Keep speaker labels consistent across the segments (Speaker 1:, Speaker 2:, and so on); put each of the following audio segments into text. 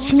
Speaker 1: 亲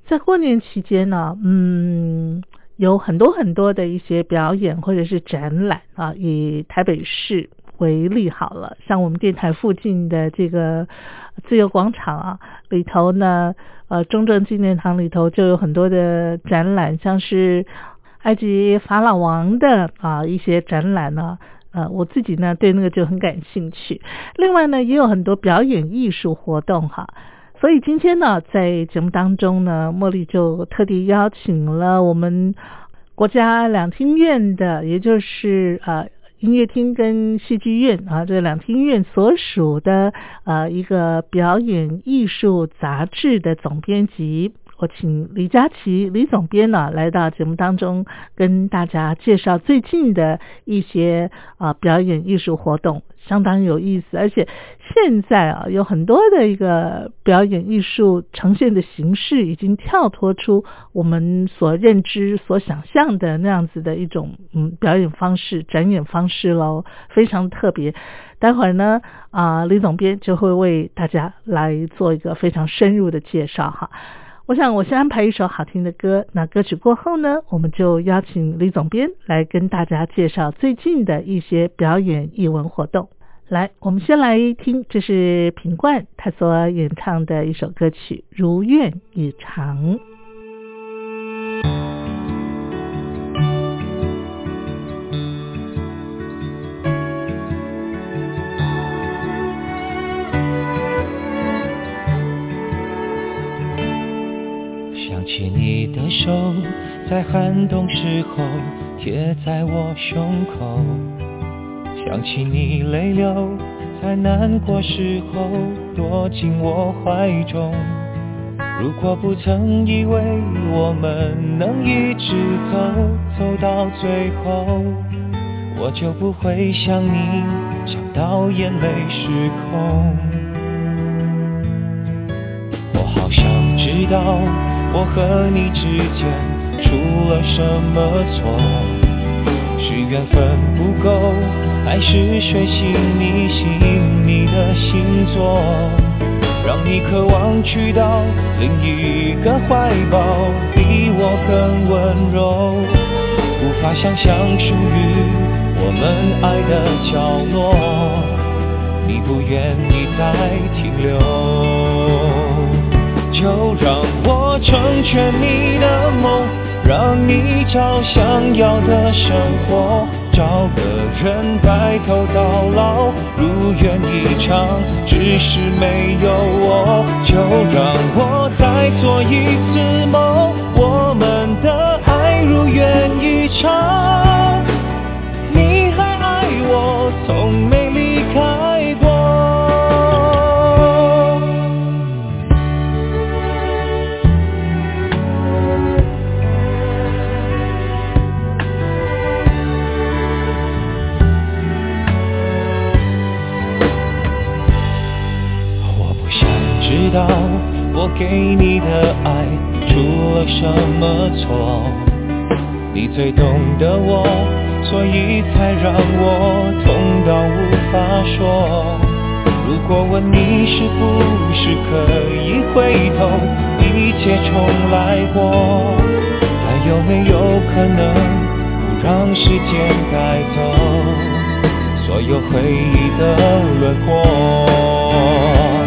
Speaker 1: 在过年期间呢，嗯，有很多很多的一些表演或者是展览啊，以台北市为例好了，像我们电台附近的这个自由广场啊，里头呢，呃，中正纪念堂里头就有很多的展览，像是埃及法老王的啊一些展览呢、呃，我自己呢对那个就很感兴趣。另外呢，也有很多表演艺术活动哈。所以今天呢，在节目当中呢，茉莉就特地邀请了我们国家两厅院的，也就是呃音乐厅跟戏剧院啊这两厅院所属的呃一个表演艺术杂志的总编辑。我请李佳琪李总编呢来到节目当中，跟大家介绍最近的一些啊、呃表演艺术活动，相当有意思。而且现在啊，有很多的一个表演艺术呈现的形式已经跳脱出我们所认知、所想象的那样子的一种嗯表演方式、展演方式喽，非常特别。待会儿呢，啊、李总编就会为大家来做一个非常深入的介绍哈。我想我先安排一首好听的歌，那歌曲过后呢，我们就邀请李总编来跟大家介绍最近的一些表演艺文活动。来，我们先来听，这是品冠他所演唱的一首歌曲《如愿以偿》。
Speaker 2: 想起你的手在寒冬时候贴在我胸口，想起你泪流在难过时候躲进我怀中。如果不曾以为我们能一直走走到最后，我就不会想你，想到眼泪失控。我好想知道我和你之间出了什么错，是缘分不够，还是谁吸引你吸引你的星座，让你渴望去到另一个怀抱，比我更温柔，无法想象属于我们爱的角落，你不愿意再停留。就让我成全你的梦，让你找想要的生活。找个人白头到老，如愿以偿。只是没有我，就让我再做一次梦，我们的爱如愿以偿。你还爱我，从没离开过。我不想知道我给你的爱出了什么错，你最懂得我，所以才让我痛到无法说。如果问你是不是可以回头，一切重来过，还有没有可能不让时间带走？所有回忆的轮廓。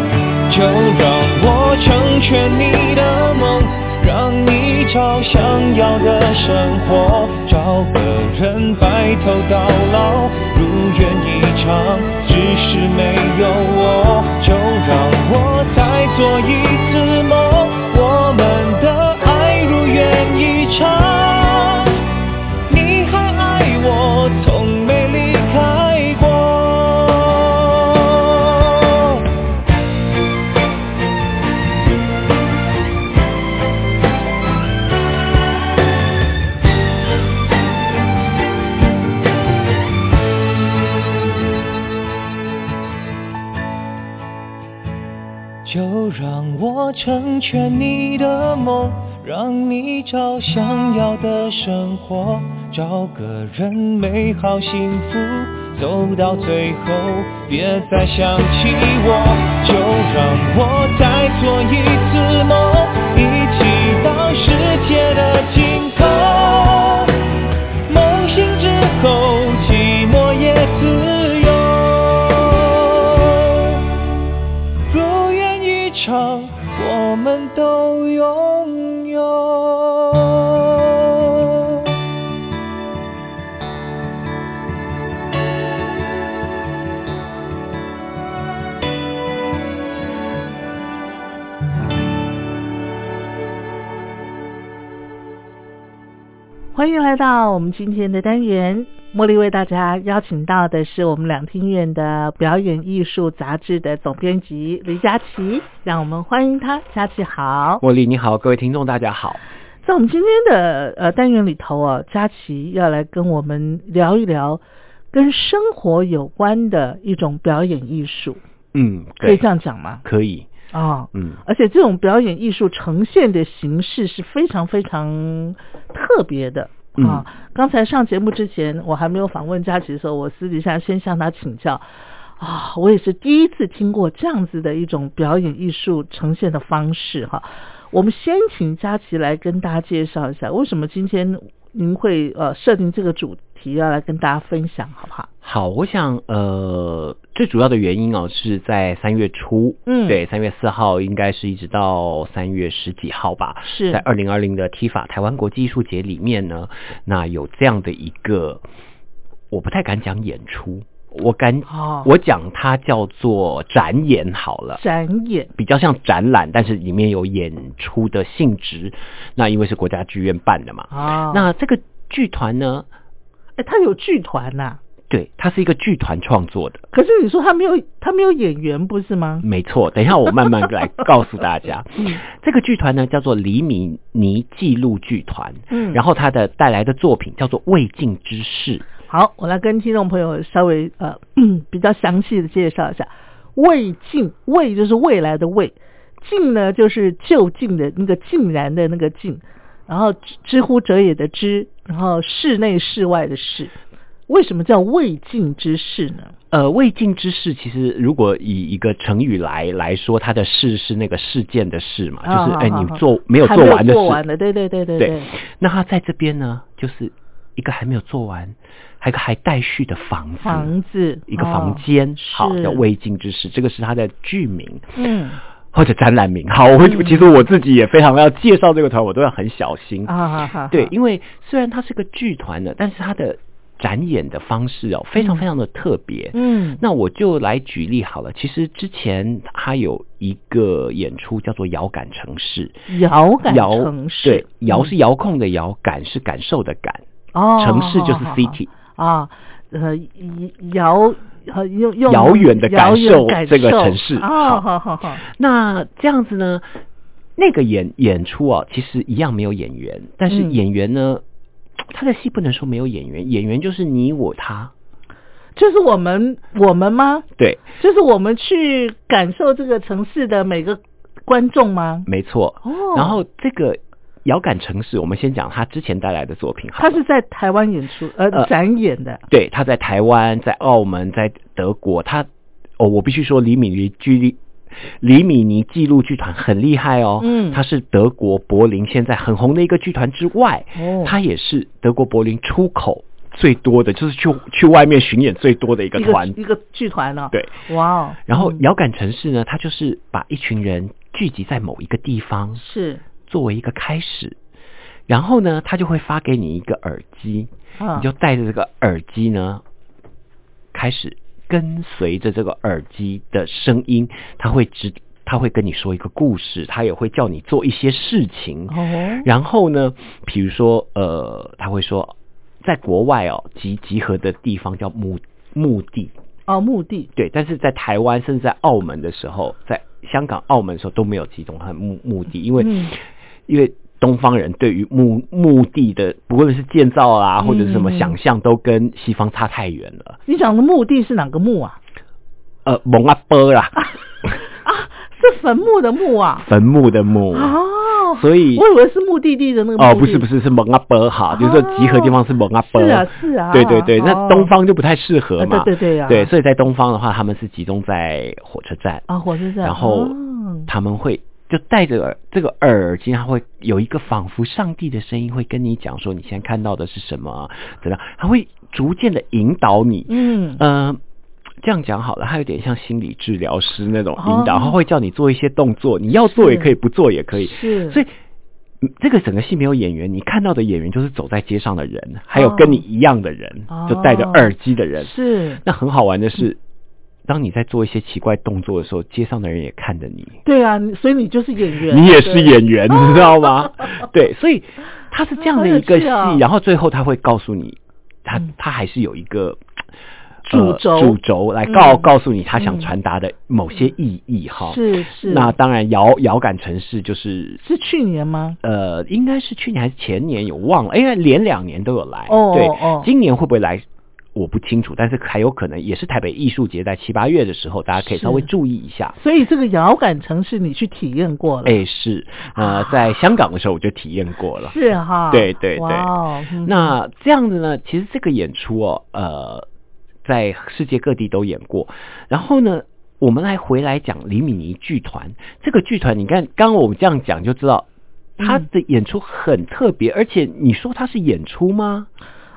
Speaker 2: 就让我成全你的梦，让你找想要的生活，找个人白头到老，如愿以偿。只是没有我，就让我再做一次梦，我们的爱如愿以偿。你还爱我，从没离开过。就让我成全你的梦，让你找想要的生活，找个人美好幸福，走到最后，别再想起我。就让我再做一次梦，一起到世界的尽头。梦醒之后，寂寞也自由。如愿以偿，我们都拥有。
Speaker 1: 欢迎来到我们今天的单元。茉莉为大家邀请到的是我们两厅院的表演艺术杂志的总编辑李佳琪，让我们欢迎她。佳琪好，
Speaker 3: 茉莉你好，各位听众大家好。
Speaker 1: 在我们今天的呃单元里头啊，佳琪要来跟我们聊一聊跟生活有关的一种表演艺术，
Speaker 3: 嗯，
Speaker 1: 可以
Speaker 3: 对，
Speaker 1: 这样讲吗？
Speaker 3: 可以，
Speaker 1: 哦，
Speaker 3: 嗯，
Speaker 1: 而且这种表演艺术呈现的形式是非常非常特别的。
Speaker 3: 嗯
Speaker 1: 啊，刚才上节目之前，我还没有访问佳琪的时候，我私底下先向她请教。啊，我也是第一次听过这样子的一种表演艺术呈现的方式哈。我们先请佳琪来跟大家介绍一下，为什么今天您会呃设定这个主题要来跟大家分享，好不好？
Speaker 3: 好，我想呃，最主要的原因哦是在三月初，
Speaker 1: 嗯
Speaker 3: 对，三月四号应该是一直到三月十几号吧，
Speaker 1: 是
Speaker 3: 在二零二零的 TIFA 台湾国际艺术节里面呢，那有这样的一个，我不太敢讲演出，我敢，
Speaker 1: 哦
Speaker 3: 我讲它叫做展演好了。
Speaker 1: 展演
Speaker 3: 比较像展览，但是里面有演出的性质。那因为是国家剧院办的嘛，
Speaker 1: 啊，
Speaker 3: 那这个剧团呢，
Speaker 1: 哎，他有剧团呐、
Speaker 3: 对，它是一个剧团创作的，
Speaker 1: 可是你说他没有，他没有演员不是吗？
Speaker 3: 没错。等一下我慢慢来告诉 大家，
Speaker 1: 嗯
Speaker 3: 这个剧团呢叫做李米尼记录剧团，
Speaker 1: 嗯
Speaker 3: 然后它的带来的作品叫做《未尽之事》。
Speaker 1: 好，我来跟听众朋友稍微呃 比较详细的介绍一下，未尽未就是未来的未，尽呢就是就近的那个尽然的那个尽，然后知知乎者也的知，然后室内室外的室，为什么叫未尽之事呢？
Speaker 3: 呃，未尽之事，其实如果以一个成语来来说，它的事是那个事件的事嘛，
Speaker 1: 啊
Speaker 3: 就是哎、你做没有
Speaker 1: 还
Speaker 3: 做完的
Speaker 1: 做
Speaker 3: 事
Speaker 1: 完，的，对对对对
Speaker 3: 对那他在这边呢，就是一个还没有做完，还有一个还待续的房子，
Speaker 1: 房子
Speaker 3: 一个房
Speaker 1: 哦
Speaker 3: 间，
Speaker 1: 是
Speaker 3: 好叫未尽之事，这个是他的剧名
Speaker 1: 嗯
Speaker 3: 或者展览名。好，我会、
Speaker 1: 嗯
Speaker 3: 其实我自己也非常要介绍这个团，我都要很小心。
Speaker 1: 啊哈哈，
Speaker 3: 对，因为虽然它是个剧团的，但是它的展演的方式哦，非常非常的特别。
Speaker 1: 嗯
Speaker 3: 那我就来举例好了。其实之前他有一个演出叫做《遥感城市》，
Speaker 1: 遥感
Speaker 3: 遥
Speaker 1: 城市，
Speaker 3: 对，遥
Speaker 1: 嗯
Speaker 3: 是遥控的遥，感是感受的感，
Speaker 1: 哦，
Speaker 3: 城市就是
Speaker 1: 好好好
Speaker 3: city，
Speaker 1: 啊，呃，遥呃用用
Speaker 3: 遥远地感
Speaker 1: 遥远
Speaker 3: 受
Speaker 1: 感
Speaker 3: 这个
Speaker 1: 受
Speaker 3: 城市
Speaker 1: 哦，
Speaker 3: 好
Speaker 1: 好好好，
Speaker 3: 那这样子呢，那个演演出啊，其实一样没有演员，但是
Speaker 1: 嗯
Speaker 3: 演员呢，他的戏不能说没有演员，演员就是你我他。
Speaker 1: 就是我们我们吗？
Speaker 3: 对，
Speaker 1: 就是我们去感受这个城市的每个观众吗？
Speaker 3: 没错。
Speaker 1: 哦
Speaker 3: 然后这个遥感城市，我们先讲他之前带来的作品好
Speaker 1: 他
Speaker 3: 了。
Speaker 1: 是在台湾演出呃
Speaker 3: 呃
Speaker 1: 展演的，
Speaker 3: 对，他在台湾、在澳门、在德国，他哦，我必须说，李米尼居里。李米尼纪录剧团很厉害哦，
Speaker 1: 嗯
Speaker 3: 他是德国柏林现在很红的一个剧团之外，
Speaker 1: 哦
Speaker 3: 他也是德国柏林出口最多的，就是去去外面巡演最多的一个
Speaker 1: 一个
Speaker 3: 团。
Speaker 1: 一个剧团哦，
Speaker 3: 对，
Speaker 1: 哇哦，
Speaker 3: 然后
Speaker 1: 嗯
Speaker 3: 遥感城市呢，它就是把一群人聚集在某一个地方，
Speaker 1: 是
Speaker 3: 作为一个开始，然后呢，他就会发给你一个耳机，
Speaker 1: 啊，
Speaker 3: 你就带着这个耳机呢，开始跟随着这个耳机的声音，他会指，他会跟你说一个故事，他也会叫你做一些事情。
Speaker 1: 哦
Speaker 3: 然后呢，比如说呃，他会说，在国外哦，集集合的地方叫墓墓地，
Speaker 1: 哦目的
Speaker 3: 对，但是在台湾甚至在澳门的时候，在香港、澳门的时候都没有集中和墓墓地，因为、
Speaker 1: 嗯
Speaker 3: 因为东方人对于墓墓地的不论是建造啊
Speaker 1: 嗯
Speaker 3: 或者是什么
Speaker 1: 嗯
Speaker 3: 想象，都跟西方差太远了。
Speaker 1: 你讲的目的是哪个墓啊？
Speaker 3: 呃，蒙阿 波啦，
Speaker 1: 啊，是坟墓的墓啊，
Speaker 3: 坟墓的墓。啊
Speaker 1: 哦，
Speaker 3: 所以
Speaker 1: 我以为是目的地的那个
Speaker 3: 哦，
Speaker 1: 目
Speaker 3: 不
Speaker 1: 的
Speaker 3: 是不是，是蒙阿波哈，就是说集合地方是蒙阿波。
Speaker 1: 是啊是啊
Speaker 3: 对对对，
Speaker 1: 哦
Speaker 3: 那东方就不太适合
Speaker 1: 呃
Speaker 3: 嘛。
Speaker 1: 对对对啊
Speaker 3: 对，所以在东方的话，他们是集中在火车站
Speaker 1: 啊，火车站，
Speaker 3: 然后
Speaker 1: 哦
Speaker 3: 他们会就戴着耳这个耳机，他会有一个仿佛上帝的声音会跟你讲说你现在看到的是什么啊，怎么样？他会逐渐的引导你。
Speaker 1: 嗯
Speaker 3: 呃，这样讲好了，他有点像心理治疗师那种引导，
Speaker 1: 哦
Speaker 3: 他会叫你做一些动作，你要做也
Speaker 1: 是
Speaker 3: 可以，不做也可以。
Speaker 1: 是
Speaker 3: 所以。嗯这个整个戏没有演员，你看到的演员就是走在街上的人，还有跟你一样的人，
Speaker 1: 哦
Speaker 3: 就戴着耳机的人。
Speaker 1: 是，嗯
Speaker 3: 那很好玩的是，当你在做一些奇怪动作的时候，街上的人也看着你。
Speaker 1: 对啊，你所以你就是演员，
Speaker 3: 你也
Speaker 1: 对
Speaker 3: 是演员，你知 道吗？对，所以他是这样的一个戏，
Speaker 1: 好有趣哦
Speaker 3: 然后最后他会告诉你，他
Speaker 1: 嗯
Speaker 3: 他还是有一个。
Speaker 1: 主
Speaker 3: 呃
Speaker 1: 轴
Speaker 3: 主轴来告、
Speaker 1: 嗯
Speaker 3: 告诉你他想
Speaker 1: 嗯
Speaker 3: 传达的某些意义哈。
Speaker 1: 是是，
Speaker 3: 那当然遥遥感城市就是
Speaker 1: 是去年吗？
Speaker 3: 呃，应该是去年还是前年有忘了，因为连两年都有来。
Speaker 1: 哦
Speaker 3: 对，
Speaker 1: 哦
Speaker 3: 今年会不会来？我不清楚，但是还有可能也是台北艺术节在七八月的时候，大家可以
Speaker 1: 是
Speaker 3: 稍微注意一下。
Speaker 1: 所以这个遥感城市你去体验过了，
Speaker 3: 哎，是，呃，在香港的时候我就体验过了。
Speaker 1: 啊是哈，
Speaker 3: 对对对
Speaker 1: 哇哦，嗯
Speaker 3: 那这样子呢，其实这个演出哦，呃，在世界各地都演过。然后呢，我们来回来讲李米尼剧团这个剧团，你看，刚刚我们这样讲就知道。他
Speaker 1: 嗯
Speaker 3: 的演出很特别，而且你说他是演出吗？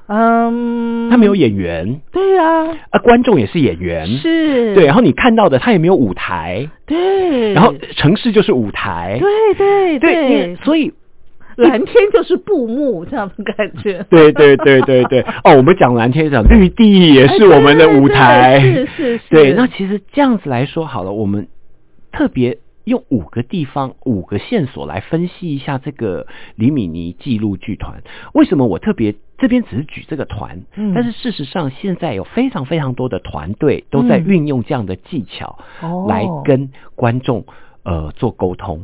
Speaker 1: 嗯，
Speaker 3: 他没有，演员，
Speaker 1: 对啊，
Speaker 3: 啊，观众也是演员，
Speaker 1: 是，
Speaker 3: 对，然后你看到的他也没有舞台，
Speaker 1: 对，
Speaker 3: 然后城市就是舞台，
Speaker 1: 对对
Speaker 3: 对，你所以
Speaker 1: 蓝天就是布幕这样的感觉，
Speaker 3: 对对对对 对，哦，我们讲蓝天讲绿地也
Speaker 1: 哎
Speaker 3: 是我们的
Speaker 1: 对
Speaker 3: 舞
Speaker 1: 对
Speaker 3: 台，
Speaker 1: 是是是，
Speaker 3: 对，那其实这样子来说好了，我们特别用五个地方、五个线索来分析一下这个李米尼记录剧团。为什么我特别这边只是举这个团？
Speaker 1: 嗯
Speaker 3: 但是事实上现在有非常非常多的团队都在
Speaker 1: 嗯
Speaker 3: 运用这样的技巧
Speaker 1: 哦
Speaker 3: 来跟观众、呃做沟通。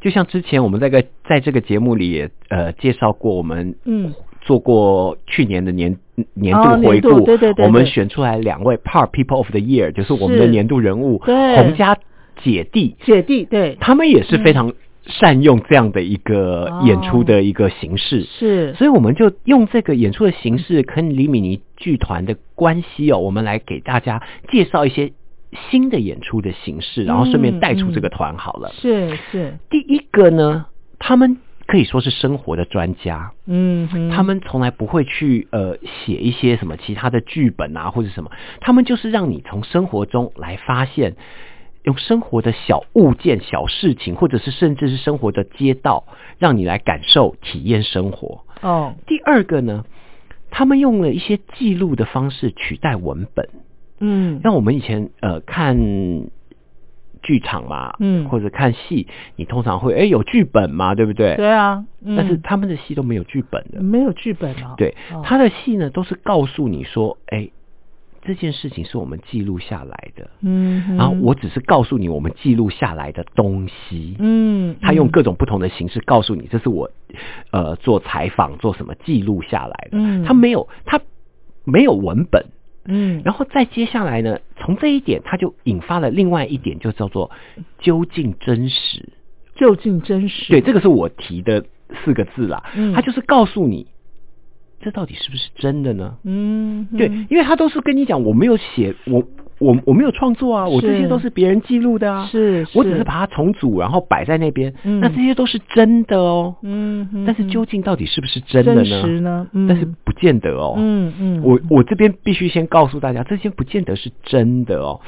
Speaker 3: 就像之前我们在个在这个节目里也呃介绍过，我们
Speaker 1: 嗯
Speaker 3: 做过去年的年年度
Speaker 1: 哦年
Speaker 3: 回顾，
Speaker 1: 度对对对
Speaker 3: 我们
Speaker 1: 对
Speaker 3: 选出来两位 Part People of the Year，就是我们的
Speaker 1: 是
Speaker 3: 年度人物，
Speaker 1: 对
Speaker 3: 洪家姐弟，
Speaker 1: 姐弟对，
Speaker 3: 他们也是非常善用这样的一个
Speaker 1: 哦
Speaker 3: 演出的一个形式，
Speaker 1: 是
Speaker 3: 所以我们就用这个演出的形式跟李米尼剧团的关系哦，我们来给大家介绍一些新的演出的形式，然后顺便带出这个团好了。
Speaker 1: 是是，
Speaker 3: 第一个呢，他们可以说是生活的专家，
Speaker 1: 嗯哼，
Speaker 3: 他们从来不会去呃写一些什么其他的剧本啊或者什么，他们就是让你从生活中来发现，用生活的小物件、小事情，或者是甚至是生活的街道，让你来感受、体验生活。
Speaker 1: 哦
Speaker 3: 第二个呢，他们用了一些记录的方式取代文本。
Speaker 1: 嗯
Speaker 3: 像我们以前呃看剧场嘛，
Speaker 1: 嗯
Speaker 3: 或者看戏，你通常会哎有剧本嘛，对不对？
Speaker 1: 对啊，嗯
Speaker 3: 但是他们的戏都没有剧本的，
Speaker 1: 没有剧本哦。
Speaker 3: 对，
Speaker 1: 哦
Speaker 3: 他的戏呢都是告诉你说，哎，这件事情是我们记录下来的，
Speaker 1: 嗯哼，
Speaker 3: 然后我只是告诉你我们记录下来的东西。
Speaker 1: 嗯，
Speaker 3: 他用
Speaker 1: 嗯
Speaker 3: 各种不同的形式告诉你，这是我，呃，做采访做什么记录下来的。
Speaker 1: 嗯
Speaker 3: 他没有，他没有文本，
Speaker 1: 嗯，
Speaker 3: 然后再接下来呢，从这一点他就引发了另外一点，就叫做究竟真实。
Speaker 1: 究竟真实
Speaker 3: 对，这个是我提的四个字啦，
Speaker 1: 嗯
Speaker 3: 他就是告诉你，这到底是不是真的呢？
Speaker 1: 嗯哼
Speaker 3: 对，因为他都是跟你讲，我没有写，我我我没有创作啊，我这些
Speaker 1: 是
Speaker 3: 都是别人记录的啊，
Speaker 1: 是
Speaker 3: 我只是把它重组，然后摆在那边，
Speaker 1: 嗯
Speaker 3: 那这些都是真的哦。
Speaker 1: 嗯哼，
Speaker 3: 但是究竟到底是不是真的
Speaker 1: 真
Speaker 3: 呢？
Speaker 1: 实呢嗯
Speaker 3: 但是不见得哦。
Speaker 1: 嗯嗯
Speaker 3: 我我这边必须先告诉大家，这些不见得是真的哦。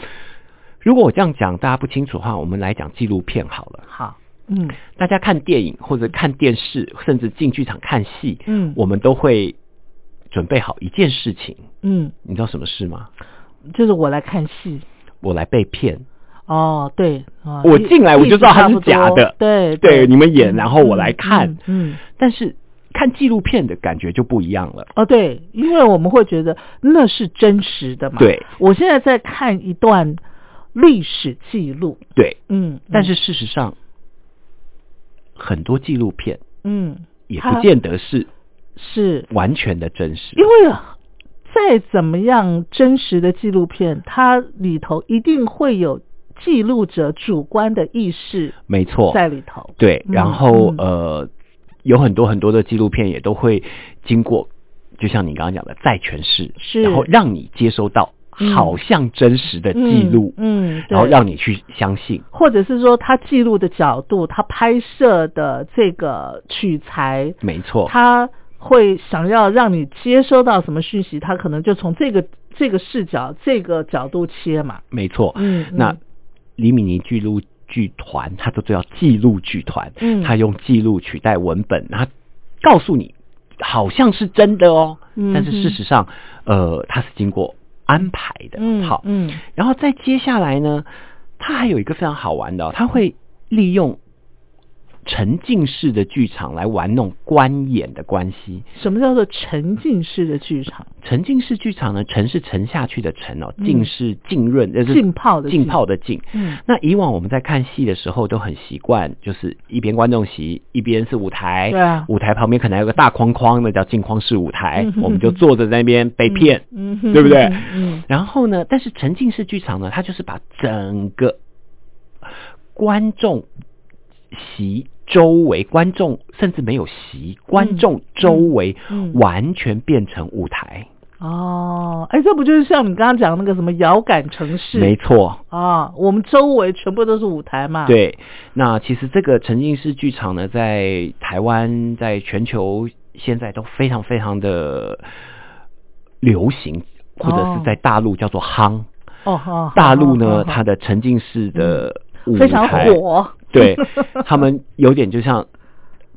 Speaker 3: 如果我这样讲大家不清楚的话，我们来讲纪录片好了。
Speaker 1: 好，嗯
Speaker 3: 大家看电影或者看电视，甚至进剧场看戏，
Speaker 1: 嗯
Speaker 3: 我们都会准备好一件事情，
Speaker 1: 嗯，
Speaker 3: 你知道什么事吗？
Speaker 1: 就是我来看戏。
Speaker 3: 我来被骗，
Speaker 1: 哦，对，啊
Speaker 3: 我
Speaker 1: 意
Speaker 3: 进来我
Speaker 1: 意
Speaker 3: 就
Speaker 1: 思
Speaker 3: 知道它
Speaker 1: 差
Speaker 3: 是
Speaker 1: 不
Speaker 3: 假
Speaker 1: 多
Speaker 3: 的
Speaker 1: 对
Speaker 3: 对你们演
Speaker 1: 嗯
Speaker 3: 然后我来看
Speaker 1: 嗯，嗯嗯
Speaker 3: 但是看纪录片的感觉就不一样了。
Speaker 1: 哦，对，因为我们会觉得那是真实的嘛。
Speaker 3: 对，
Speaker 1: 我现在在看一段历史记录，
Speaker 3: 对，
Speaker 1: 嗯，
Speaker 3: 但是事实上，很多纪录片
Speaker 1: 嗯
Speaker 3: 也
Speaker 1: 它
Speaker 3: 不见得是
Speaker 1: 是
Speaker 3: 完全的真实
Speaker 1: 因。为再怎么样真实的纪录片，它里头一定会有记录者主观的意识
Speaker 3: 没错，
Speaker 1: 在里头。
Speaker 3: 对，
Speaker 1: 嗯
Speaker 3: 然后、
Speaker 1: 嗯
Speaker 3: 呃，有很多很多的纪录片也都会经过，就像你刚刚讲的再诠释，
Speaker 1: 是
Speaker 3: 然后让你接收到
Speaker 1: 嗯
Speaker 3: 好像真实的记录，
Speaker 1: 嗯，嗯
Speaker 3: 然后
Speaker 1: 对
Speaker 3: 让你去相信。
Speaker 1: 或者是说他记录的角度，他拍摄的这个取材，
Speaker 3: 没错，
Speaker 1: 他会想要让你接收到什么讯息，他可能就从这个这个视角、这个角度切嘛。
Speaker 3: 没错。
Speaker 1: 嗯嗯
Speaker 3: 那李米尼记录剧团，它都叫记录剧团，
Speaker 1: 嗯
Speaker 3: 它用记录取代文本，它告诉你好像是真的哦，
Speaker 1: 嗯
Speaker 3: 但是事实上，呃，它是经过安排的。
Speaker 1: 嗯，
Speaker 3: 好，
Speaker 1: 嗯
Speaker 3: 然后再接下来呢，它还有一个非常好玩的、哦，它会利用沉浸式的剧场来玩弄观演的关系。
Speaker 1: 什么叫做沉浸式的剧场？
Speaker 3: 沉浸式剧场呢，沉是沉下去的沉哦，
Speaker 1: 嗯
Speaker 3: 浸是浸润，就是
Speaker 1: 浸泡的浸
Speaker 3: 浸泡的浸。
Speaker 1: 嗯
Speaker 3: 那以往我们在看戏的时候都很习惯，就是一边观众席，一边是舞台，
Speaker 1: 对啊
Speaker 3: 舞台旁边可能还有个大框框的叫镜框式舞台，
Speaker 1: 嗯哼
Speaker 3: 我们就坐着在那边被骗，
Speaker 1: 嗯哼
Speaker 3: 哎对不对？
Speaker 1: 嗯嗯
Speaker 3: 然后呢，但是沉浸式剧场呢，它就是把整个观众席周围，观众甚至没有席，观众周围
Speaker 1: 嗯嗯
Speaker 3: 完全变成舞台，
Speaker 1: 哦，哎，这不就是像你刚刚讲的那个什么遥感城市？
Speaker 3: 没错，
Speaker 1: 啊，我们周围全部都是舞台嘛。，
Speaker 3: 对，那其实这个沉浸式剧场呢，在台湾，在全球现在都非常非常的流行，或者
Speaker 1: 哦
Speaker 3: 是在大陆叫做夯。
Speaker 1: 哦哦，
Speaker 3: 大陆呢，
Speaker 1: 它
Speaker 3: 它的沉浸式的舞台
Speaker 1: 非常，火。
Speaker 3: 对他们有点就像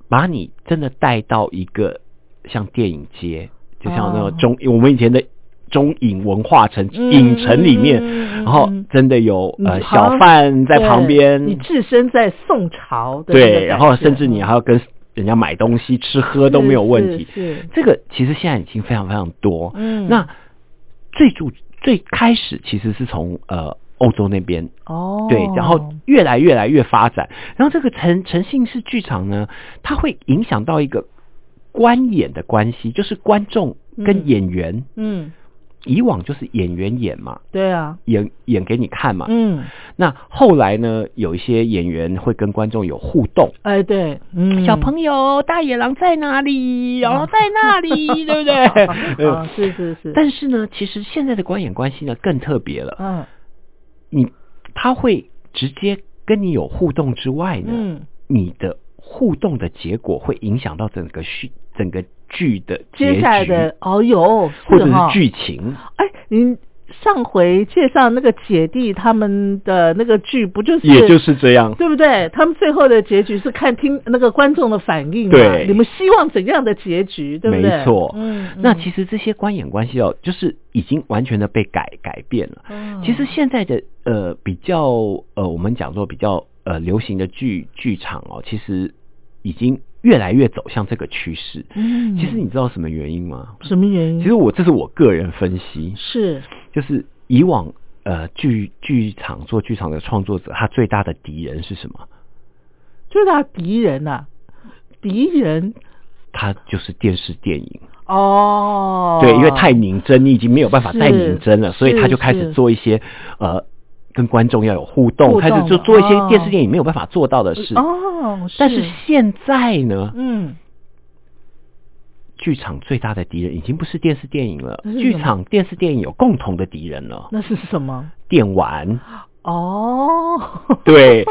Speaker 3: 把你真的带到一个像电影街，就像那
Speaker 1: 哦
Speaker 3: 种中、我们以前的。中影文化城、
Speaker 1: 嗯
Speaker 3: 影城里面，
Speaker 1: 嗯嗯嗯
Speaker 3: 然后
Speaker 1: 嗯
Speaker 3: 真的有
Speaker 1: 你
Speaker 3: 呃
Speaker 1: 好
Speaker 3: 小
Speaker 1: 像
Speaker 3: 贩在
Speaker 1: 对
Speaker 3: 旁边，
Speaker 1: 你置身在宋朝的那个感觉嗯
Speaker 3: 对，然后甚至你还要跟人家买东西、吃喝都没有问题。
Speaker 1: 是是是
Speaker 3: 这个其实现在已经非常非常多。
Speaker 1: 嗯
Speaker 3: 那最主最开始其实是从呃欧洲那边。
Speaker 1: 哦，
Speaker 3: 对，然后越来越来越发展，然后这个诚诚信式剧场呢，它会影响到一个观演的关系，就是观众
Speaker 1: 嗯
Speaker 3: 跟演员，
Speaker 1: 嗯，
Speaker 3: 以往就是演员演嘛，
Speaker 1: 对啊，
Speaker 3: 演演给你看嘛，
Speaker 1: 嗯，
Speaker 3: 那后来呢，有一些演员会跟观众有互动，
Speaker 1: 哎对，嗯，
Speaker 3: 小朋友，大野狼在哪里？然后在那里，对不 对？嗯
Speaker 1: 啊，是是是，
Speaker 3: 呃但是呢，其实现在的观演关系呢更特别了，
Speaker 1: 嗯
Speaker 3: 你他会直接跟你有互动之外呢，
Speaker 1: 嗯，
Speaker 3: 你的互动的结果会影响到整个剧整个剧的结
Speaker 1: 接下来的
Speaker 3: 局
Speaker 1: 哦有，
Speaker 3: 或者
Speaker 1: 哈
Speaker 3: 是剧情，
Speaker 1: 哎，您上回介绍那个姐弟他们的那个剧，不就是
Speaker 3: 也就是这样。
Speaker 1: 对不对？他们最后的结局是看听那个观众的反应嘛？
Speaker 3: 对
Speaker 1: 你们希望怎样的结局，对不对？
Speaker 3: 没错，
Speaker 1: 嗯，
Speaker 3: 那其实这些观演关系哦，就是已经完全的被改改变了。
Speaker 1: 实
Speaker 3: 其实现在的呃比较呃，我们讲说比较呃流行的剧剧场哦，其实已经越来越走向这个趋势。
Speaker 1: 嗯，
Speaker 3: 其实你知道什么原因吗？
Speaker 1: 什么原因？
Speaker 3: 其实我这是我个人分析，
Speaker 1: 是
Speaker 3: 就是以往呃剧剧场做剧场的创作者，他最大的敌人是什么？
Speaker 1: 最大敌人呐、敌人
Speaker 3: 他就是电视电影。
Speaker 1: 哦，
Speaker 3: 对，因为太拧真，你已经没有办法再
Speaker 1: 是
Speaker 3: 拧真了，所以
Speaker 1: 是
Speaker 3: 他就开始
Speaker 1: 是
Speaker 3: 做一些呃跟观众要有互动，
Speaker 1: 互
Speaker 3: 开
Speaker 1: 动
Speaker 3: 始就
Speaker 1: 了
Speaker 3: 做一些电
Speaker 1: 哦
Speaker 3: 视电影没有办法做到的事。
Speaker 1: 哦，
Speaker 3: 但是现在呢，
Speaker 1: 嗯，
Speaker 3: 剧场最大的敌人已经不是电视电影了
Speaker 1: 那，是
Speaker 3: 剧
Speaker 1: 什么
Speaker 3: 场电视电影有共同的敌人了，
Speaker 1: 那是什么？
Speaker 3: 电 玩。
Speaker 1: 哦，
Speaker 3: 对，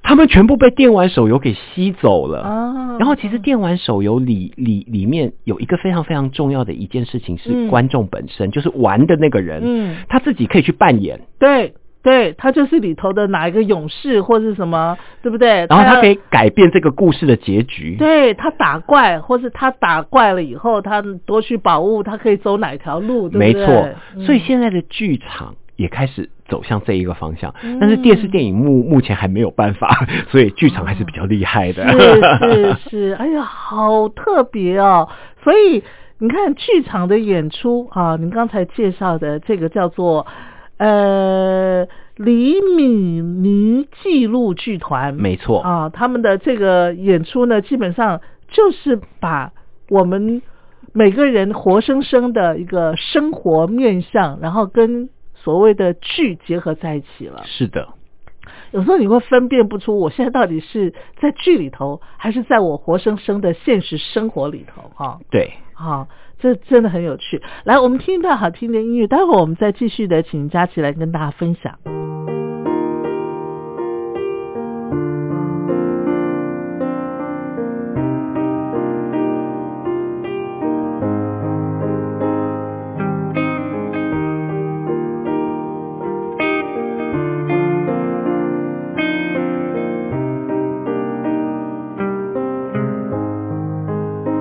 Speaker 3: 他们全部被电玩手游给吸走了。
Speaker 1: 啊，
Speaker 3: 然后其实电玩手游里里里面有一个非常非常重要的一件事情
Speaker 1: 嗯
Speaker 3: 是观众本身，就是玩的那个人，
Speaker 1: 嗯
Speaker 3: 他自己可以去扮演，
Speaker 1: 对对，他就是里头的哪一个勇士或是什么，对不对？
Speaker 3: 然后他
Speaker 1: 要
Speaker 3: 可以改变这个故事的结局。
Speaker 1: 呃对他打怪，或是他打怪了以后，他夺取宝物，他可以走哪条路，对
Speaker 3: 没
Speaker 1: 不对？
Speaker 3: 错。所以
Speaker 1: 嗯
Speaker 3: 现在的剧场也开始走向这一个方向，
Speaker 1: 嗯
Speaker 3: 但是电视电影目目前还没有办法， 所以剧场还是比较厉害的。
Speaker 1: 嗯是是 是，哎呀，好特别哦！所以你看剧场的演出啊，您刚才介绍的这个叫做呃李米尼记录剧团，
Speaker 3: 没错，
Speaker 1: 啊，他们的这个演出呢，基本上就是把我们每个人活生生的一个生活面相，然后跟所谓的剧结合在一起了。
Speaker 3: 是的，
Speaker 1: 有时候你会分辨不出我现在到底是在剧里头，还是在我活生生的现实生活里头哈。
Speaker 3: 对。
Speaker 1: 好，这真的很有趣。来，我们听一段好听的音乐，待会儿我们再继续的请佳琪来跟大家分享。
Speaker 4: 我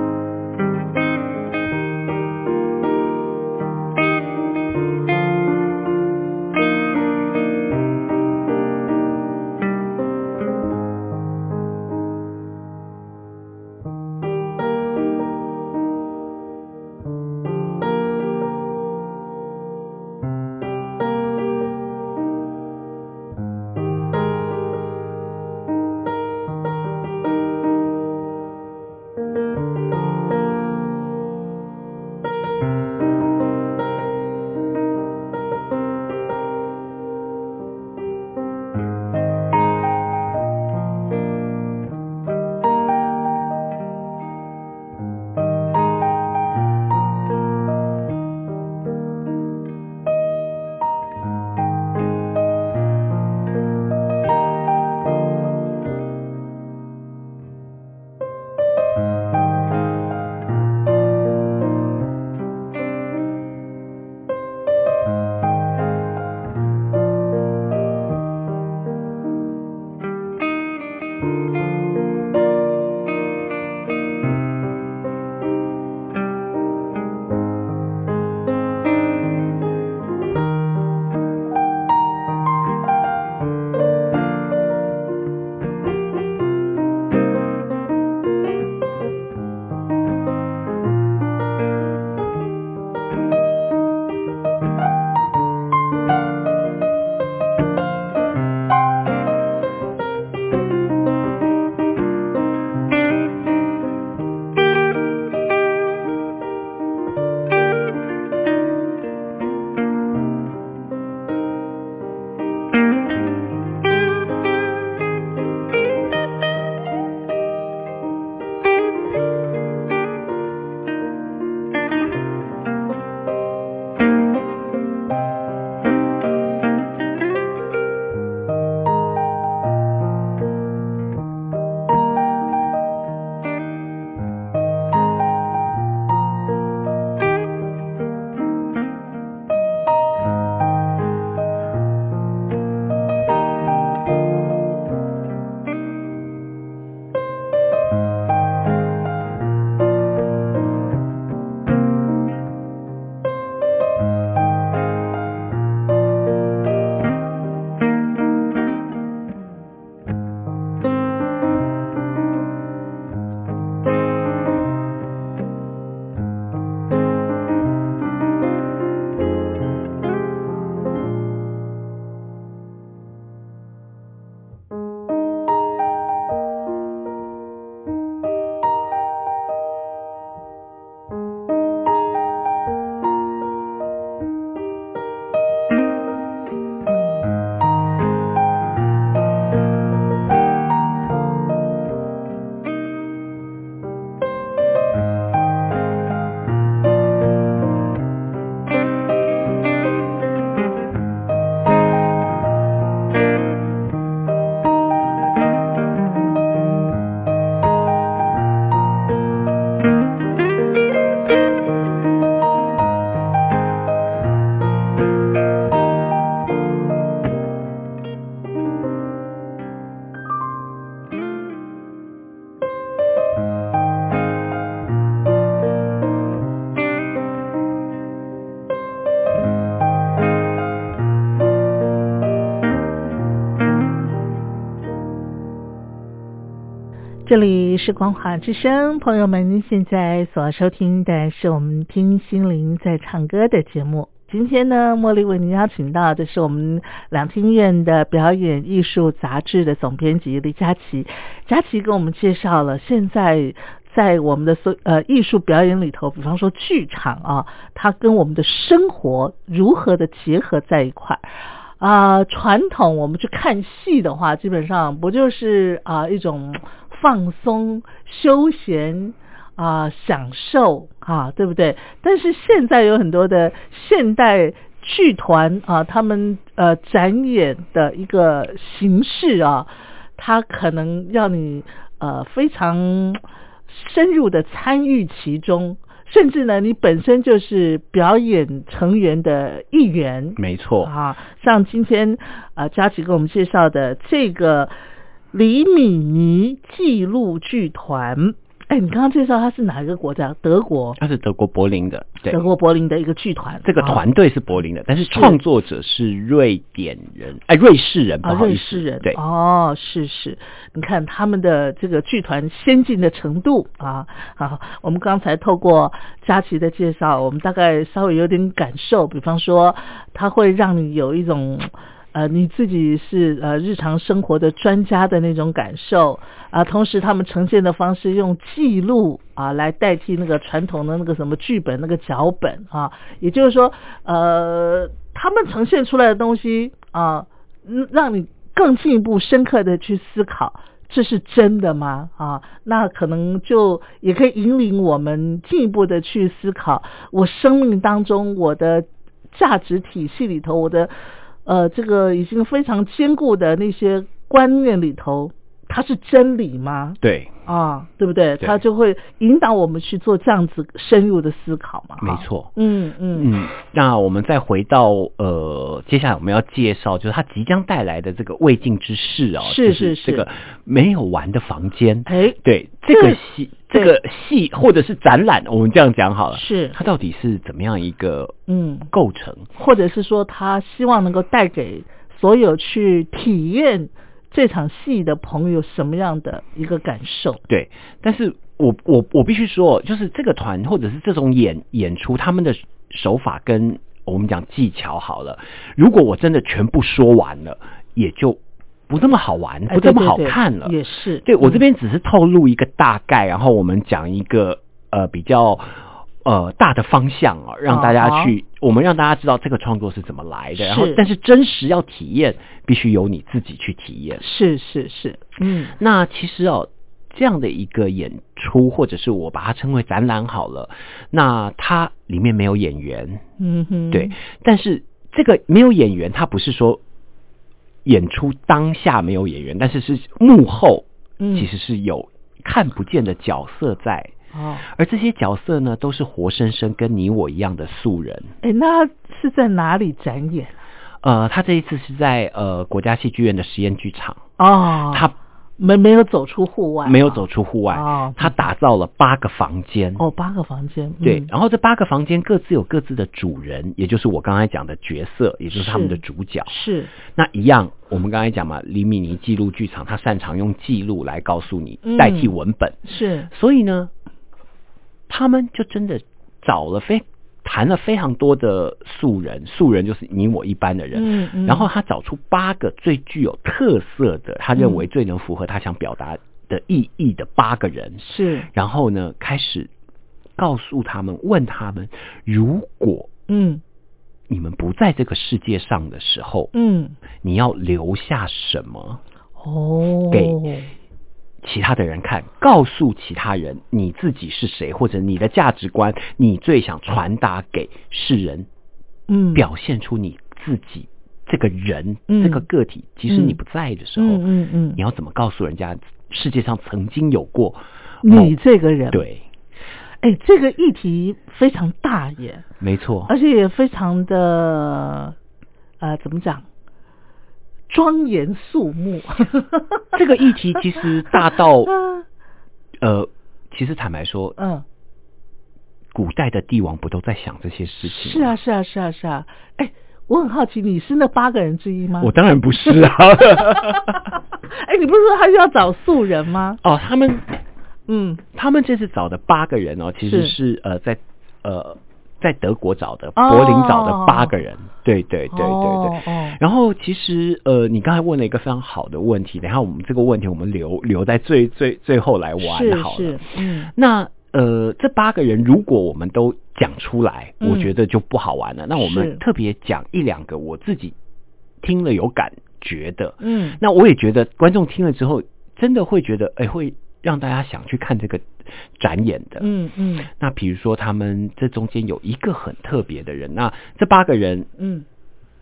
Speaker 1: 这里是光华之声，朋友们，您现在所收听的是我们听心灵在唱歌的节目。今天呢，茉莉为您邀请到的是我们两厅院的表演艺术杂志的总编辑李佳琪。佳琪给我们介绍了现在在我们的所呃艺术表演里头，比方说剧场啊，它跟我们的生活如何的结合在一块儿。啊、传统我们去看戏的话，基本上不就是啊、一种放松、休闲啊、享受啊，对不对？但是现在有很多的现代剧团啊，他们呃展演的一个形式啊，它可能让你呃非常深入的参与其中。甚至呢，你本身就是表演成员的一员，
Speaker 3: 没错，
Speaker 1: 啊，像今天呃，佳琪给我们介绍的这个李米尼纪录剧团，哎，你刚刚介绍它是哪一个国家？德国，
Speaker 3: 它是德国柏林的，对
Speaker 1: 德，国柏林的一个剧团。
Speaker 3: 这个
Speaker 1: 啊
Speaker 3: 团队是柏林的，但是创作者是瑞典人，哎，瑞士人，不
Speaker 1: 啊，
Speaker 3: 好
Speaker 1: 瑞
Speaker 3: 意思，
Speaker 1: 士人
Speaker 3: 对，
Speaker 1: 哦，是是，你看他们的这个剧团先进的程度啊，好，我们刚才透过佳琪的介绍，我们大概稍微有点感受，比方说，它会让你有一种。呃，你自己是呃日常生活的专家的那种感受啊，同时他们呈现的方式用记录啊来代替那个传统的那个什么剧本那个脚本啊，也就是说，呃，他们呈现出来的东西啊，嗯让你更进一步深刻的去思考，这是真的吗？啊，那可能就也可以引领我们进一步的去思考，我生命当中我的价值体系里头，我的呃这个已经非常坚固的那些观念里头，它是真理吗？
Speaker 3: 对，
Speaker 1: 啊，对不对？
Speaker 3: 对
Speaker 1: 它就会引导我们去做这样子深入的思考嘛。哈
Speaker 3: 没，错。
Speaker 1: 嗯嗯，
Speaker 3: 嗯，那我们再回到呃，接下来我们要介绍，就是他即将带来的这个未尽之事哦，
Speaker 1: 是
Speaker 3: 就是这个没有完的房间，
Speaker 1: 哎，
Speaker 3: 对
Speaker 1: 这
Speaker 3: 这
Speaker 1: 个
Speaker 3: 个戏，这个戏或者是展览，我们这样讲好了，
Speaker 1: 是，
Speaker 3: 它到底是怎么样一个
Speaker 1: 嗯。
Speaker 3: 构成？
Speaker 1: 或者是说他希望能够带给所有去体验这场戏的朋友什么样的一个感受？
Speaker 3: 对，但是我我我必须说，哦就是这个团或者是这种演演出，他们的手法跟我们讲技巧好了，如果我真的全部说完了，也就不那么好玩，
Speaker 1: 哎
Speaker 3: 不那么
Speaker 1: 对
Speaker 3: 好
Speaker 1: 对对
Speaker 3: 看了。
Speaker 1: 也是。
Speaker 3: 对我这
Speaker 1: 嗯
Speaker 3: 边只是透露一个大概，然后我们讲一个呃比较呃大的方向哦，让大
Speaker 1: 啊
Speaker 3: 家
Speaker 1: 哈
Speaker 3: 去、我们让大家知道这个创作是怎么来的，然后
Speaker 1: 是
Speaker 3: 但是真实要体验，必须由你自己去体验。
Speaker 1: 嗯是是是，嗯
Speaker 3: 那其实哦，这样的一个演出，或者是我把它称为展览好了，那它里面没有演员，
Speaker 1: 嗯哼，
Speaker 3: 对，但是这个没有演员，它不是说演出当下没有演员，但是是幕后
Speaker 1: 嗯
Speaker 3: 其实是有看不见的角色在，
Speaker 1: 哦，
Speaker 3: 而这些角色呢，都是活生生跟你我一样的素人。
Speaker 1: 哎，那是在哪里展演
Speaker 3: 呃，他这一次是在呃国家戏剧院的实验剧场，
Speaker 1: 啊？哦，
Speaker 3: 他
Speaker 1: 没没有走出户外，啊
Speaker 3: 没有走出户外
Speaker 1: 哦，
Speaker 3: 他打造了八个房间。
Speaker 1: 哦，八个房间，嗯
Speaker 3: 对，然后这八个房间各自有各自的主人，也就是我刚才讲的角色，也就是他们的
Speaker 1: 是
Speaker 3: 主角。
Speaker 1: 是，
Speaker 3: 那一样，我们刚才讲嘛，李米尼记录剧场，他擅长用记录来告诉你
Speaker 1: 嗯，
Speaker 3: 代替文本。
Speaker 1: 是
Speaker 3: 所以呢，他们就真的找了非谈了非常多的素人，素人就是你我一般的人。
Speaker 1: 嗯嗯
Speaker 3: 然后他找出八个最具有特色的，他
Speaker 1: 嗯
Speaker 3: 认为最能符合他想表达的意义的八个人。
Speaker 1: 是，
Speaker 3: 然后呢，开始告诉他们，问他们，如果
Speaker 1: 嗯
Speaker 3: 你们不在这个世界上的时候，
Speaker 1: 嗯，
Speaker 3: 你要留下什么
Speaker 1: 哦，
Speaker 3: 给其他的人看？告诉其他人你自己是谁，或者你的价值观，你最想传达给世人，
Speaker 1: 嗯
Speaker 3: 表现出你自己这个人、
Speaker 1: 嗯
Speaker 3: 这个个体。即使
Speaker 1: 嗯
Speaker 3: 你不在的时候，
Speaker 1: 嗯嗯嗯
Speaker 3: 你，要怎么告诉人家世界上曾经有过
Speaker 1: 你
Speaker 3: 某
Speaker 1: 这个人，，
Speaker 3: 哦对，
Speaker 1: 哎，这个议题非常大耶，
Speaker 3: 没错，
Speaker 1: 而且也非常的呃，怎么讲，庄严肃穆。
Speaker 3: 这个议题其实大到
Speaker 1: 嗯
Speaker 3: 呃，其实坦白说，
Speaker 1: 嗯，
Speaker 3: 古代的帝王不都在想这些事情？
Speaker 1: 是啊，，是啊，是啊，是啊。哎，我很好奇，你是那八个人之一吗？
Speaker 3: 我当然不是 啊。
Speaker 1: 哎，你不是说他是要找素人吗？
Speaker 3: 哦，他们
Speaker 1: 嗯
Speaker 3: 他们这次找的八个人哦，其实
Speaker 1: 是
Speaker 3: 是呃在呃在德国找的，
Speaker 1: 哦
Speaker 3: 柏林找的八个人。对对对对对。
Speaker 1: 哦哦
Speaker 3: 然后其实呃，你刚才问了一个非常好的问题，等一下我们这个问题我们留留在最最最后来玩好了。
Speaker 1: 哦是是嗯
Speaker 3: 那呃，这八个人如果我们都讲出来，
Speaker 1: 嗯
Speaker 3: 我觉得就不好玩了。那我
Speaker 1: 是
Speaker 3: 们特别讲一两个我自己听了有感觉的，
Speaker 1: 嗯
Speaker 3: 那我也觉得观众听了之后，真的会觉得，哎，会让大家想去看这个展演的。
Speaker 1: 嗯嗯
Speaker 3: 那比如说，他们这中间有一个很特别的人，那这八个人，
Speaker 1: 嗯，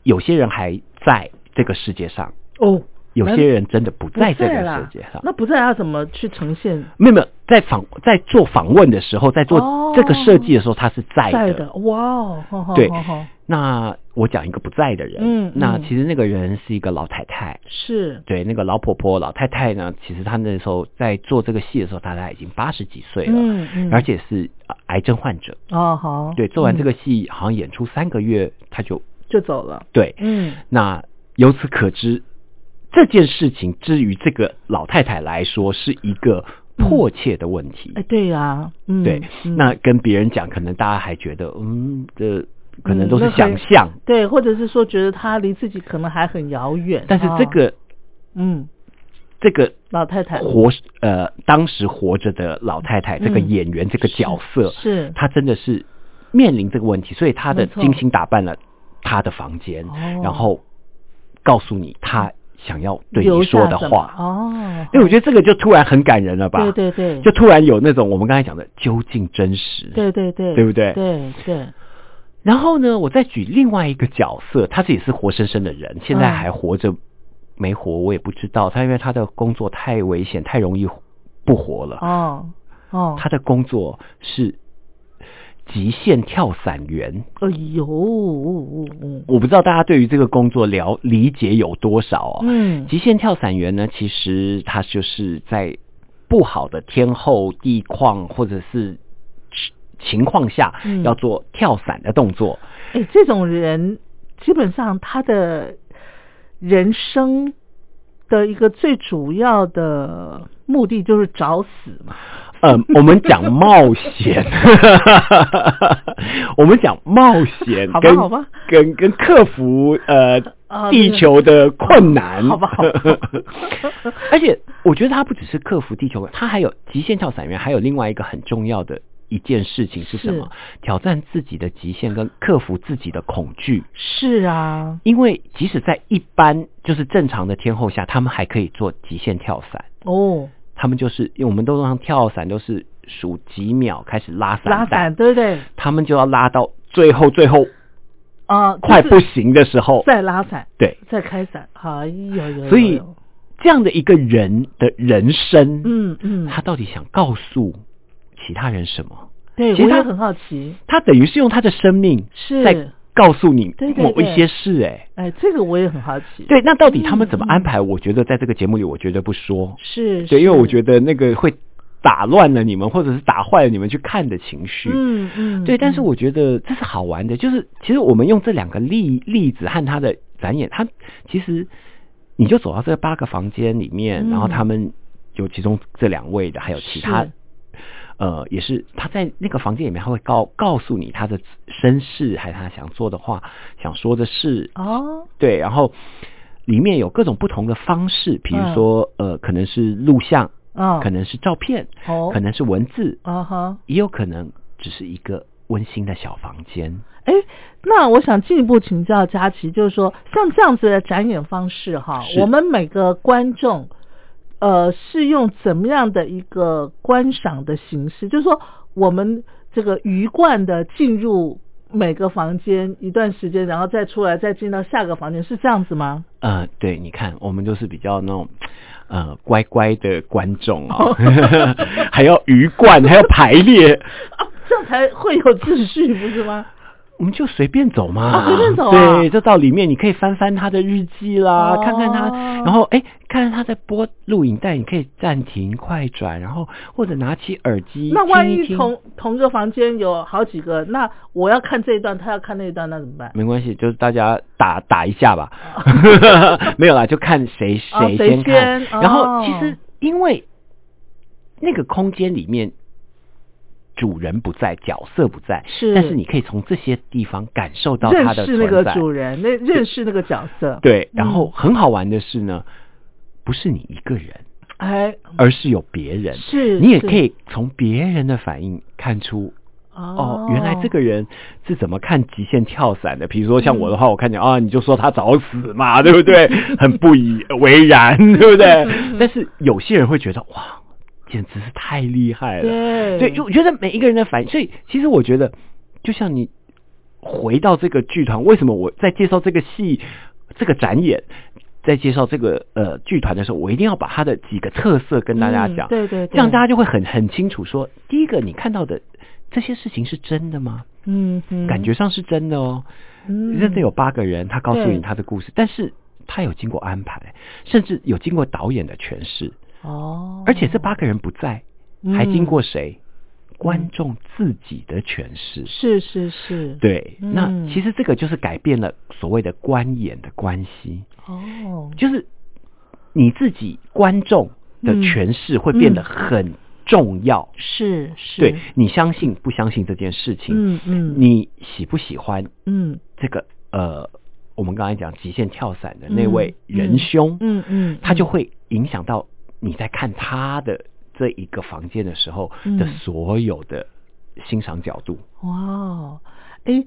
Speaker 3: 有些人还在这个世界上，
Speaker 1: 哦，
Speaker 3: 有些人真的不
Speaker 1: 不
Speaker 3: 在这个
Speaker 1: 啦
Speaker 3: 世界上。
Speaker 1: 那不在要怎么去呈现？
Speaker 3: 没有没有，在访在做访问的时候，在
Speaker 1: 哦
Speaker 3: 做这个设计的时候，他是在
Speaker 1: 在
Speaker 3: 的。
Speaker 1: 的，哇哦，吼吼
Speaker 3: 对
Speaker 1: 吼吼
Speaker 3: 那我讲一个不在的人，
Speaker 1: 嗯
Speaker 3: 那
Speaker 1: 嗯
Speaker 3: 其实那个人是一个老太太，
Speaker 1: 是，
Speaker 3: 对，那个老婆婆、老太太呢，其实她那时候在做这个戏的时候，大概已经八十几岁了，
Speaker 1: 嗯嗯
Speaker 3: 而且是呃癌症患者。
Speaker 1: 哦好，
Speaker 3: 对，做完这
Speaker 1: 个
Speaker 3: 个戏，好像演出三个月，她就
Speaker 1: 就走了，
Speaker 3: 对。
Speaker 1: 嗯
Speaker 3: 那由此可知，这件事情至于这个老太太来说，是一个迫切的问题。
Speaker 1: 哎，对呀，嗯，
Speaker 3: 对，
Speaker 1: 嗯
Speaker 3: 那跟别人讲，可能大家还觉得，嗯，这可能
Speaker 1: 嗯
Speaker 3: 都是
Speaker 1: 那
Speaker 3: 想
Speaker 1: 很
Speaker 3: 象，
Speaker 1: 对，或者是说觉得他离自己可能还很遥远，
Speaker 3: 但是这
Speaker 1: 哦
Speaker 3: 个、
Speaker 1: 嗯，
Speaker 3: 这个
Speaker 1: 老太太
Speaker 3: 活呃当时活着的老太太，这个
Speaker 1: 嗯
Speaker 3: 演员、这个角色，
Speaker 1: 是
Speaker 3: 她真的是面临这个问题，所以她
Speaker 1: 没
Speaker 3: 的
Speaker 1: 错
Speaker 3: 精心打扮了她的房间，
Speaker 1: 哦
Speaker 3: 然后告诉你她想要对
Speaker 1: 留
Speaker 3: 你说
Speaker 1: 下
Speaker 3: 的
Speaker 1: 什么
Speaker 3: 话。哎
Speaker 1: 哦，
Speaker 3: 因为我觉得这个就突然很感人了吧？
Speaker 1: 对对对
Speaker 3: 就突然有那种我们刚才讲的究竟真实。
Speaker 1: 对对对，
Speaker 3: 对不对
Speaker 1: 对对，
Speaker 3: 然后呢，我再举另外一个角色，他这也是活生生的人，现在还活着没活，我也不知道。他因为他的工作太危险，太容易不活了。
Speaker 1: 哦哦，
Speaker 3: 他的工作是极限跳伞员。
Speaker 1: 哎呦，嗯嗯
Speaker 3: 我不知道大家对于这个工作了理解有多少哦。
Speaker 1: 嗯
Speaker 3: 极限跳伞员呢，其实他就是在不好的天候、地况或者是情情况下
Speaker 1: 嗯，
Speaker 3: 要做跳伞的动作。
Speaker 1: 哎，这种人基本上他的人生的一个最主要的目的就是找死嘛。
Speaker 3: 嗯，我们讲冒险， 我们讲冒险
Speaker 1: 好吧
Speaker 3: 跟
Speaker 1: 好吧
Speaker 3: 跟跟克服呃
Speaker 1: 啊
Speaker 3: 地
Speaker 1: 对
Speaker 3: 球的困难，
Speaker 1: 好吧好吧
Speaker 3: 而且我觉得它不只是克服地球，它还有极限跳伞员，还有另外一个很重要的一件事情是什么？挑战自己的极限跟克服自己的恐惧。
Speaker 1: 是啊，
Speaker 3: 因为即使在一般就是正常的天候下，他们还可以做极限跳伞。
Speaker 1: 哦，
Speaker 3: 他们就是因为我们都让跳伞都是数几秒开始拉伞
Speaker 1: 拉
Speaker 3: 带
Speaker 1: 伞，对不对？
Speaker 3: 他们就要拉到最后最后
Speaker 1: 啊，
Speaker 3: 快
Speaker 1: 就是
Speaker 3: 不行的时候，
Speaker 1: 再拉伞，
Speaker 3: 对，
Speaker 1: 再开伞，哎呦呦呦，
Speaker 3: 所以
Speaker 1: 呦
Speaker 3: 这样的一个人的人生，，
Speaker 1: 嗯嗯，
Speaker 3: 他到底想告诉其他人什么？
Speaker 1: 对，
Speaker 3: 其实
Speaker 1: 我也
Speaker 3: 他
Speaker 1: 很好奇，
Speaker 3: 他等于是用他的生命
Speaker 1: 是
Speaker 3: 在告诉你
Speaker 1: 对对
Speaker 3: 某
Speaker 1: 对
Speaker 3: 一些事、哎。
Speaker 1: 哎，这个我也很好奇，，
Speaker 3: 对，那到底他们怎么安排？我觉得在这个节目里，我绝对不说。
Speaker 1: 嗯是，
Speaker 3: 对，因为我
Speaker 1: 得，
Speaker 3: 觉得那个会打乱了你们，或者是打坏了你们去看的情绪。
Speaker 1: 嗯嗯，
Speaker 3: 对，但是
Speaker 1: 嗯
Speaker 3: 我觉得这是好玩的，就是其实我们用这两个例例子和他的展演，他其实你就走到这八个房间里面，然后
Speaker 1: 嗯
Speaker 3: 他们有其中这两位的，还有其他
Speaker 1: 是
Speaker 3: 呃，也是他在那个房间里面，他会告告诉你他的身世，还有他想做的话、想说的事，
Speaker 1: 哦，
Speaker 3: 对，然后里面有各种不同的方式，比
Speaker 1: 嗯
Speaker 3: 如说、呃，可能是录像，
Speaker 1: 哦，
Speaker 3: 可能是照片，
Speaker 1: 哦
Speaker 3: 可能是文字，
Speaker 1: 啊哈，
Speaker 3: 也有可能只是一个温馨的小房间。
Speaker 1: 哎，那我想进一步请教佳琪，就是说像这样子的展演方式哈，
Speaker 3: 是
Speaker 1: 我们每个观众，呃，是用怎么样的一个观赏的形式？就是说我们这个鱼贯的进入每个房间一段时间，然后再出来，再进到下个房间，是这样子吗？
Speaker 3: 呃，对，你看，我们都是比较那种呃乖乖的观 众哦，还要鱼贯，还要排列，
Speaker 1: 啊，这样才会有秩序，不是 吗？
Speaker 3: 我们就随便走嘛，
Speaker 1: 啊随便走啊
Speaker 3: 对，就到里面，你可以翻翻他的日记啦，
Speaker 1: 哦
Speaker 3: 看看他，然后哎，看看他在播录影带，你可以暂停、快转，然后或者拿起耳机
Speaker 1: 那万
Speaker 3: 听一
Speaker 1: 一
Speaker 3: 听
Speaker 1: 同同个房间有好几个，那我要看这一段，他要看那一段，那怎么办？
Speaker 3: 没关系，就是大家打打一下吧， 没有啦，就看谁
Speaker 1: 哦
Speaker 3: 谁
Speaker 1: 谁
Speaker 3: 先看。
Speaker 1: 先
Speaker 3: 然
Speaker 1: 哦
Speaker 3: 后其实因为那个空间里面主人不在，角色不在，
Speaker 1: 是
Speaker 3: 但是你可以从这些地方感受到
Speaker 1: 认
Speaker 3: 他的
Speaker 1: 识那个
Speaker 3: 存在。
Speaker 1: 主人，那认识那个角色，
Speaker 3: 对，
Speaker 1: 嗯
Speaker 3: 然后很好玩的是呢，不是你一个人，
Speaker 1: 哎，
Speaker 3: 而是有别人。
Speaker 1: 是
Speaker 3: 你也
Speaker 1: 是
Speaker 3: 可以从别人的反应看出哦，原来这个人是怎么看极限跳伞的？比如说像我的话，我看见啊，你就说他早死嘛，
Speaker 1: 嗯
Speaker 3: 对不对？很不以为然，对不对？
Speaker 1: 嗯
Speaker 3: 但是有些人会觉得哇，简直是太厉害了。
Speaker 1: 对
Speaker 3: 对，就我觉得每一个人的反应，所以其实我觉得，就像你回到这个剧团，为什么我在介绍这个戏、这个展演，在介绍这个呃剧团的时候，我一定要把它的几个特色跟大家
Speaker 1: 嗯
Speaker 3: 讲，
Speaker 1: 对对对
Speaker 3: 这样大家就会很很清楚说，第一个你看到的这些事情是真的吗？
Speaker 1: 嗯哼
Speaker 3: 感觉上是真的哦，
Speaker 1: 嗯
Speaker 3: 真的有八个人，他告诉
Speaker 1: 对
Speaker 3: 你他的故事，但是他有经过安排，甚至有经过导演的诠释，
Speaker 1: 哦，嗯
Speaker 3: 而且这八个人不在，还经过谁？观众自己的诠释。
Speaker 1: 是是是，
Speaker 3: 对，
Speaker 1: 嗯
Speaker 3: 那其实这个就是改变了所谓的观演的关系，
Speaker 1: 哦，
Speaker 3: 就是你自己观众的
Speaker 1: 嗯
Speaker 3: 诠释会变得
Speaker 1: 嗯
Speaker 3: 很重要。
Speaker 1: 是是，
Speaker 3: 对你相信不相信这件事情，
Speaker 1: 嗯嗯
Speaker 3: 你喜不喜欢
Speaker 1: 嗯
Speaker 3: 这个呃，我们刚才讲极限跳伞的那
Speaker 1: 嗯
Speaker 3: 位
Speaker 1: 嗯
Speaker 3: 仁兄，
Speaker 1: 嗯嗯
Speaker 3: 他就
Speaker 1: 嗯
Speaker 3: 会影响到你在看他的这一个房间的时候的
Speaker 1: 嗯
Speaker 3: 所有的欣赏角度。
Speaker 1: 哇哦，哎，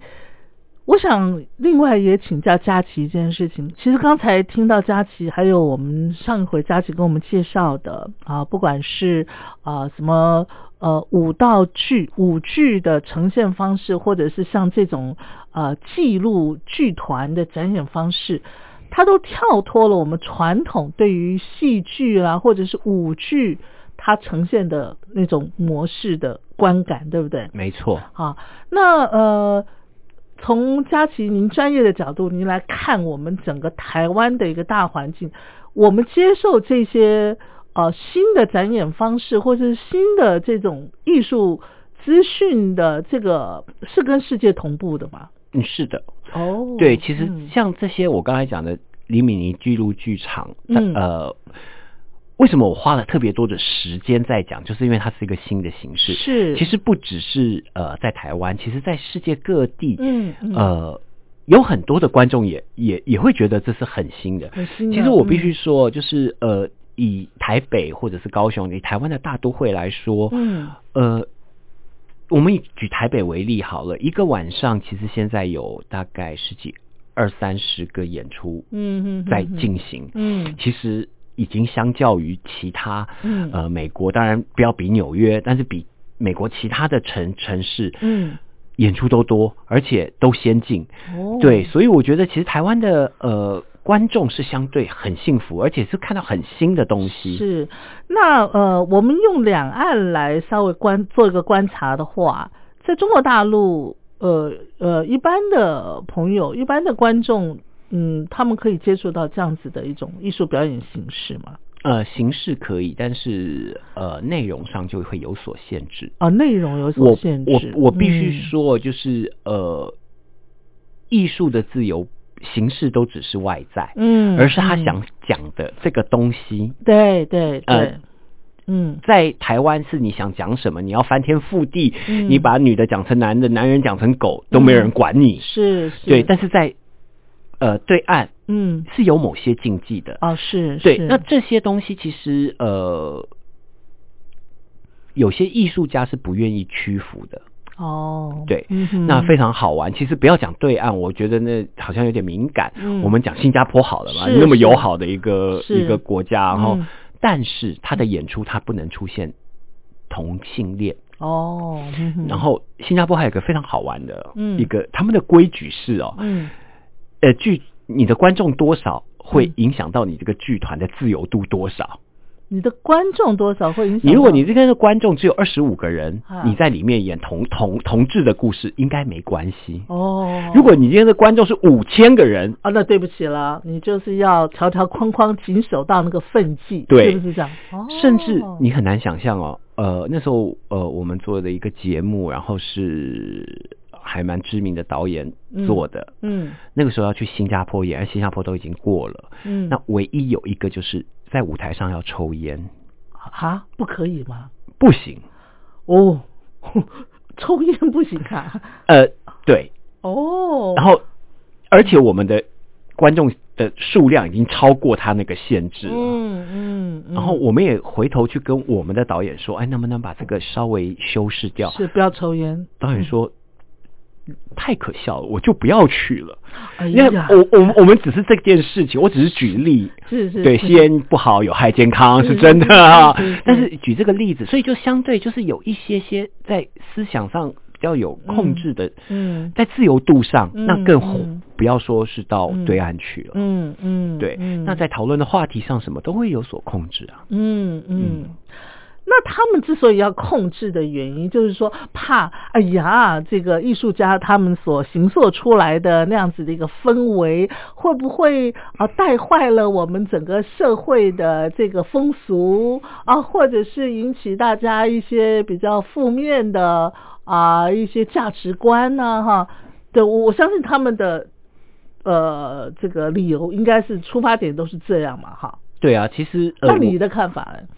Speaker 1: 我想另外也请教佳琪一件事情。其实刚才听到佳琪，还有我们上一回佳琪跟我们介绍的啊，不管是啊什么呃舞道剧、舞剧的呈现方式，或者是像这种呃记录剧团的展演方式。它都跳脱了我们传统对于戏剧啦、或者是舞剧它呈现的那种模式的观感，对不对？
Speaker 3: 没错，
Speaker 1: 啊，那呃，从佳琪您专业的角度，您来看我们整个台湾的一个大环境，我们接受这些呃新的展演方式，或者是新的这种艺术资讯的这个，是跟世界同步的吗？
Speaker 3: 嗯，是的，
Speaker 1: 哦
Speaker 3: 对，其实
Speaker 1: 嗯
Speaker 3: 像这些我刚才讲的李米尼巨鹿剧场，
Speaker 1: 嗯
Speaker 3: 呃，为什么我花了特别多的时间在讲，就是因为它是一个新的形式。
Speaker 1: 是，
Speaker 3: 其实不只是呃在台湾，其实在世界各地，
Speaker 1: 嗯嗯
Speaker 3: 呃，有很多的观众也也也会觉得这是很新的。
Speaker 1: 很新的
Speaker 3: 其实我必须
Speaker 1: 嗯
Speaker 3: 说，就是呃，以台北或者是高雄，以台湾的大都会来说，
Speaker 1: 嗯
Speaker 3: 呃，我们以举台北为例好了，一个晚上其实现在有大概十几、二三十个演出
Speaker 1: 嗯嗯
Speaker 3: 在进行，
Speaker 1: 嗯
Speaker 3: 其实已经相较于其他，
Speaker 1: 嗯
Speaker 3: 呃，美国当然不要比纽约，但是比美国其他的城城市，
Speaker 1: 嗯，
Speaker 3: 演出都多，而且都先进，
Speaker 1: 哦
Speaker 3: 对，所以我觉得其实台湾的呃观众是相对很幸福，而且是看到很新的东西，
Speaker 1: 是，那呃，我们用两岸来稍微观做一个观察的话，在中国大陆，呃呃，一般的朋友、一般的观众，嗯，他们可以接触到这样子的一种艺术表演形式吗？
Speaker 3: 呃，形式可以，但是呃，内容上就会有所限制。
Speaker 1: 啊，内容有所
Speaker 3: 我
Speaker 1: 限
Speaker 3: 我
Speaker 1: 制。
Speaker 3: 我必须
Speaker 1: 嗯，
Speaker 3: 说，就是、呃，艺术的自由形式都只是外在，
Speaker 1: 嗯，
Speaker 3: 而是他
Speaker 1: 嗯
Speaker 3: 想讲的这个东西，
Speaker 1: 对对
Speaker 3: 呃
Speaker 1: 对，嗯
Speaker 3: 在台湾是你想讲什么，你要翻天覆地，
Speaker 1: 嗯
Speaker 3: 你把女的讲成男的，男人讲成狗，都没有人管你。
Speaker 1: 是嗯是，
Speaker 3: 对，但是在呃对岸
Speaker 1: 嗯
Speaker 3: 是有某些禁忌的。
Speaker 1: 哦是
Speaker 3: 对，
Speaker 1: 是
Speaker 3: 那这些东西其实呃，有些艺术家是不愿意屈服的。
Speaker 1: 哦，
Speaker 3: 对
Speaker 1: 嗯哼
Speaker 3: 那非常好玩。其实不要讲对岸，我觉得那好像有点敏感。
Speaker 1: 嗯
Speaker 3: 我们讲新加坡好了嘛，
Speaker 1: 是
Speaker 3: 那么友好的一个
Speaker 1: 是
Speaker 3: 一个国家，然后、
Speaker 1: 嗯
Speaker 3: 但是他的演出他不能出现同性恋。
Speaker 1: 哦，嗯哼
Speaker 3: 然后新加坡还有一个非常好玩的
Speaker 1: 嗯
Speaker 3: 一个、他们的规矩是哦，
Speaker 1: 嗯
Speaker 3: 呃，剧你的观众多少会影响到你这个剧团的自由度多少。
Speaker 1: 你的观众多少会影响到？
Speaker 3: 你如果你这个观众只有二十五个人
Speaker 1: 啊，
Speaker 3: 你在里面演同同同志的故事，应该没关系。
Speaker 1: 哦，
Speaker 3: 如果你今天的观众是五千个人，
Speaker 1: 啊，那对不起了，你就是要条条框框谨守到那个分际，
Speaker 3: 对
Speaker 1: 是不是这样？哦，
Speaker 3: 甚至你很难想象哦。呃，那时候呃，我们做的一个节目，然后是还蛮知名的导演做的。
Speaker 1: 嗯
Speaker 3: 那个时候要去新加坡演，而新加坡都已经过了。
Speaker 1: 嗯，
Speaker 3: 那唯一有一个就是在舞台上要抽烟，
Speaker 1: 啊不可以吗？
Speaker 3: 不行。
Speaker 1: 哦， 抽烟不行啊？
Speaker 3: 呃，对，
Speaker 1: 哦，
Speaker 3: 然后而且我们的观众的数量已经超过他那个限制了。
Speaker 1: 嗯嗯嗯，
Speaker 3: 啊然后我们也回头去跟我们的导演说，哎，能不能把这个稍微修饰掉？
Speaker 1: 是不要抽烟，
Speaker 3: 导演说。太可笑了，我就不要去了。
Speaker 1: 哎
Speaker 3: 因为
Speaker 1: 呀，
Speaker 3: 我我我们只是这件事情，我只是举例，
Speaker 1: 是是
Speaker 3: 对
Speaker 1: 是
Speaker 3: 吸烟不好，有害健康
Speaker 1: 是
Speaker 3: 是真的啊
Speaker 1: 是是是。
Speaker 3: 但是举这个例子，所以就相对就是有一些些在思想上比较有控制的，
Speaker 1: 嗯
Speaker 3: 在自由度上，
Speaker 1: 嗯
Speaker 3: 那更
Speaker 1: 嗯
Speaker 3: 不要说是到
Speaker 1: 嗯
Speaker 3: 对岸去了。
Speaker 1: 嗯嗯，
Speaker 3: 对，
Speaker 1: 嗯
Speaker 3: 那在讨论的话题上，什么都会有所控制啊。
Speaker 1: 嗯嗯
Speaker 3: 嗯。
Speaker 1: 那他们之所以要控制的原因，就是说怕，哎呀，这个艺术家他们所形塑出来的那样子的一个氛围，会不会啊带坏了我们整个社会的这个风俗啊，或者是引起大家一些比较负面的啊一些价值观呢、哈，对，我我相信他们的呃这个理由应该是出发点都是这样嘛，啊哈。
Speaker 3: 对啊，其实呃，
Speaker 1: 那
Speaker 3: 我
Speaker 1: 你的看法呢？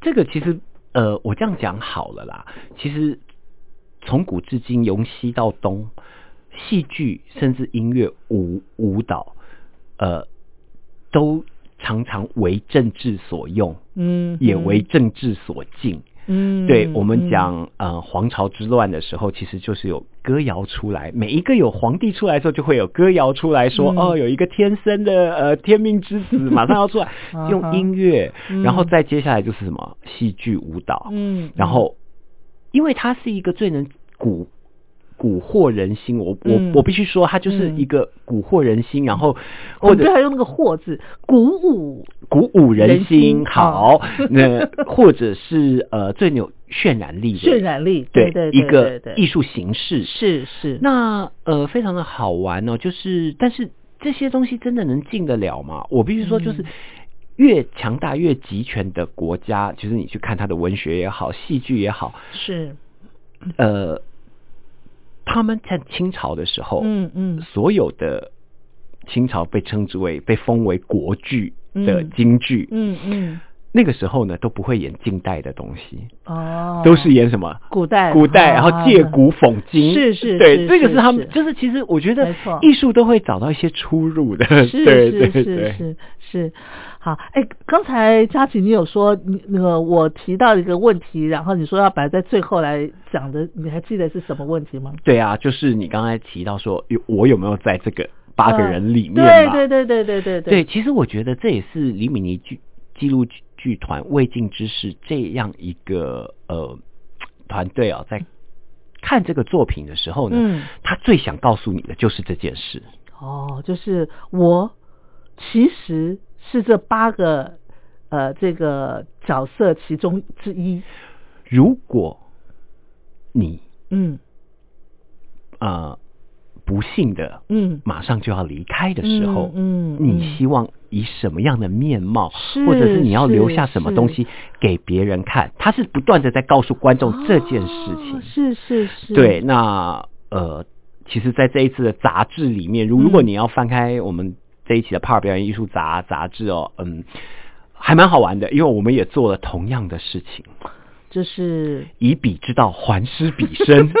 Speaker 3: 这个其实呃，我这样讲好了啦。其实从古至今，由西到东，戏剧甚至音乐、舞舞蹈，呃，都常常为政治所用，
Speaker 1: 嗯，
Speaker 3: 也为政治所禁。
Speaker 1: 嗯，
Speaker 3: 对我们讲呃皇朝之乱的时候，其实就是有歌谣出来，每一个有皇帝出来的时候，就会有歌谣出来说、
Speaker 1: 嗯
Speaker 3: 哦，有一个天生的呃天命之子马上要出来
Speaker 1: 啊哈，
Speaker 3: 用音乐，
Speaker 1: 嗯
Speaker 3: 然后再接下来就是什么戏剧舞蹈，
Speaker 1: 嗯，嗯，
Speaker 3: 然后因为它是一个最能蛊蛊惑人心，我我、
Speaker 1: 嗯
Speaker 3: 我必须说，它就是
Speaker 1: 嗯哦
Speaker 3: 一个蛊惑人心，然后
Speaker 1: 我
Speaker 3: 或
Speaker 1: 们不
Speaker 3: 者
Speaker 1: 要用那个“惑”字，鼓舞，
Speaker 3: 鼓舞人
Speaker 1: 人心啊
Speaker 3: 心，好，那或者是呃最有渲染力的
Speaker 1: 渲染力，
Speaker 3: 对
Speaker 1: 对，
Speaker 3: 一个艺
Speaker 1: 术
Speaker 3: 术形式。
Speaker 1: 是是，
Speaker 3: 那呃，非常的好玩哦，就是但是这些东西真的能进得了吗？我必须
Speaker 1: 嗯
Speaker 3: 说，就是。越强大、越集权的国家，其实你去看它的文学也好、戏剧也好，
Speaker 1: 是，
Speaker 3: 呃，他们在清朝的时候，
Speaker 1: 嗯嗯
Speaker 3: 所有的清朝被称之为被封为国剧的
Speaker 1: 嗯
Speaker 3: 京剧，
Speaker 1: 嗯嗯，
Speaker 3: 那个时候呢都不会演近代的东西，
Speaker 1: 哦，
Speaker 3: 都是演什么
Speaker 1: 古代
Speaker 3: 古代，然
Speaker 1: 啊
Speaker 3: 后借古讽今，
Speaker 1: 是是是
Speaker 3: 对，这个
Speaker 1: 是
Speaker 3: 是他们
Speaker 1: 是
Speaker 3: 就是其实我觉得
Speaker 1: 没错
Speaker 3: 艺术都会找到一些出入的，
Speaker 1: 是
Speaker 3: 对
Speaker 1: 是
Speaker 3: 对
Speaker 1: 是
Speaker 3: 对，
Speaker 1: 是是，好，哎，刚才佳琪你有说你那个我提到一个问题，然后你说要摆在最后来讲的，你还记得是什么问题吗？
Speaker 3: 对啊，就是你刚才提到说有我有没有在这个八个
Speaker 1: 嗯
Speaker 3: 人里面
Speaker 1: 对
Speaker 3: 嘛，
Speaker 1: 对对对对对
Speaker 3: 对，，其实我觉得这也是李米尼剧记录剧剧团未尽之事这样一个呃团队啊，在看这个作品的时候呢，
Speaker 1: 嗯
Speaker 3: 他最想告诉你的就是这件事。
Speaker 1: 哦，就是我其实是这八个呃这个角色其中之一。
Speaker 3: 如果你
Speaker 1: 嗯
Speaker 3: 呃不幸的
Speaker 1: 嗯，
Speaker 3: 马上就要离开的时候，
Speaker 1: 嗯嗯嗯
Speaker 3: 你希望以什么样的面貌，
Speaker 1: 是
Speaker 3: 或者是你要留下
Speaker 1: 是
Speaker 3: 什么东西给别人看？他是不断的在告诉观众这件事情。
Speaker 1: 哦是是是，
Speaker 3: 对，，那呃，其实，在这一次的杂志里面，如如果
Speaker 1: 嗯
Speaker 3: 你要翻开我们这一期的《帕尔表演艺术杂》杂志哦，嗯，还蛮好玩的，因为我们也做了同样的事情。
Speaker 1: 就是
Speaker 3: 以彼之道还施彼 身。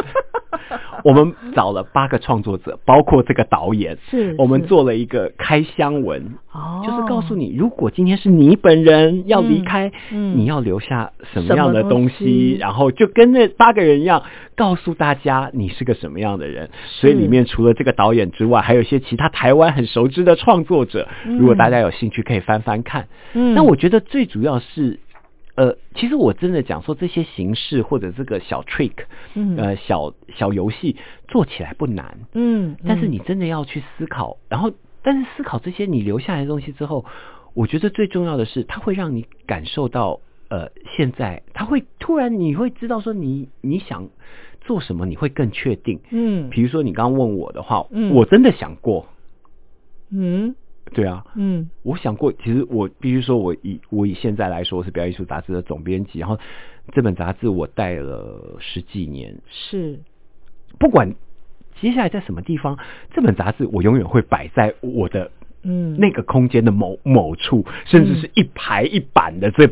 Speaker 3: 我们找了八个创作者，包括这个导演，
Speaker 1: 是
Speaker 3: 我们
Speaker 1: 是
Speaker 3: 做了一个开箱文，
Speaker 1: 哦，
Speaker 3: 就是告诉你，如果今天是你本人要离
Speaker 1: 嗯
Speaker 3: 开，
Speaker 1: 嗯
Speaker 3: 你要留下什
Speaker 1: 什
Speaker 3: 么
Speaker 1: 么
Speaker 3: 样的
Speaker 1: 东
Speaker 3: 东
Speaker 1: 西
Speaker 3: 然后就跟那八个人一样，告诉大家你是个什么样的人。所以
Speaker 1: 是
Speaker 3: 里面除了这个导演之外，还有一些其他台湾很熟知的创作者，如果大家有兴趣，可以翻翻看。
Speaker 1: 嗯
Speaker 3: 那我觉得最主要是，呃，其实我真的讲说这些形式或者这个小 trick，
Speaker 1: 嗯
Speaker 3: 呃，小小游戏做起来不难，
Speaker 1: 嗯，
Speaker 3: 但是
Speaker 1: 嗯
Speaker 3: 你真的要去思考，然后但是思考这些你留下来的东西之后，我觉得最重要的是，它会让你感受到呃现在，它会突然你会知道说你你想做什么，你会更确定。
Speaker 1: 嗯
Speaker 3: 比如说你刚刚问我的话，
Speaker 1: 嗯
Speaker 3: 我真的想过，
Speaker 1: 嗯
Speaker 3: 对啊，
Speaker 1: 嗯
Speaker 3: 我想过，其实我必须说，我以我以现在来说，我是表演艺术杂志的总编辑，然后这本杂志我带了十几年，
Speaker 1: 是
Speaker 3: 不管接下来在什么地方，这本杂志我永远会摆在我的
Speaker 1: 嗯
Speaker 3: 那个空间的某某处，甚至是一排一版的这、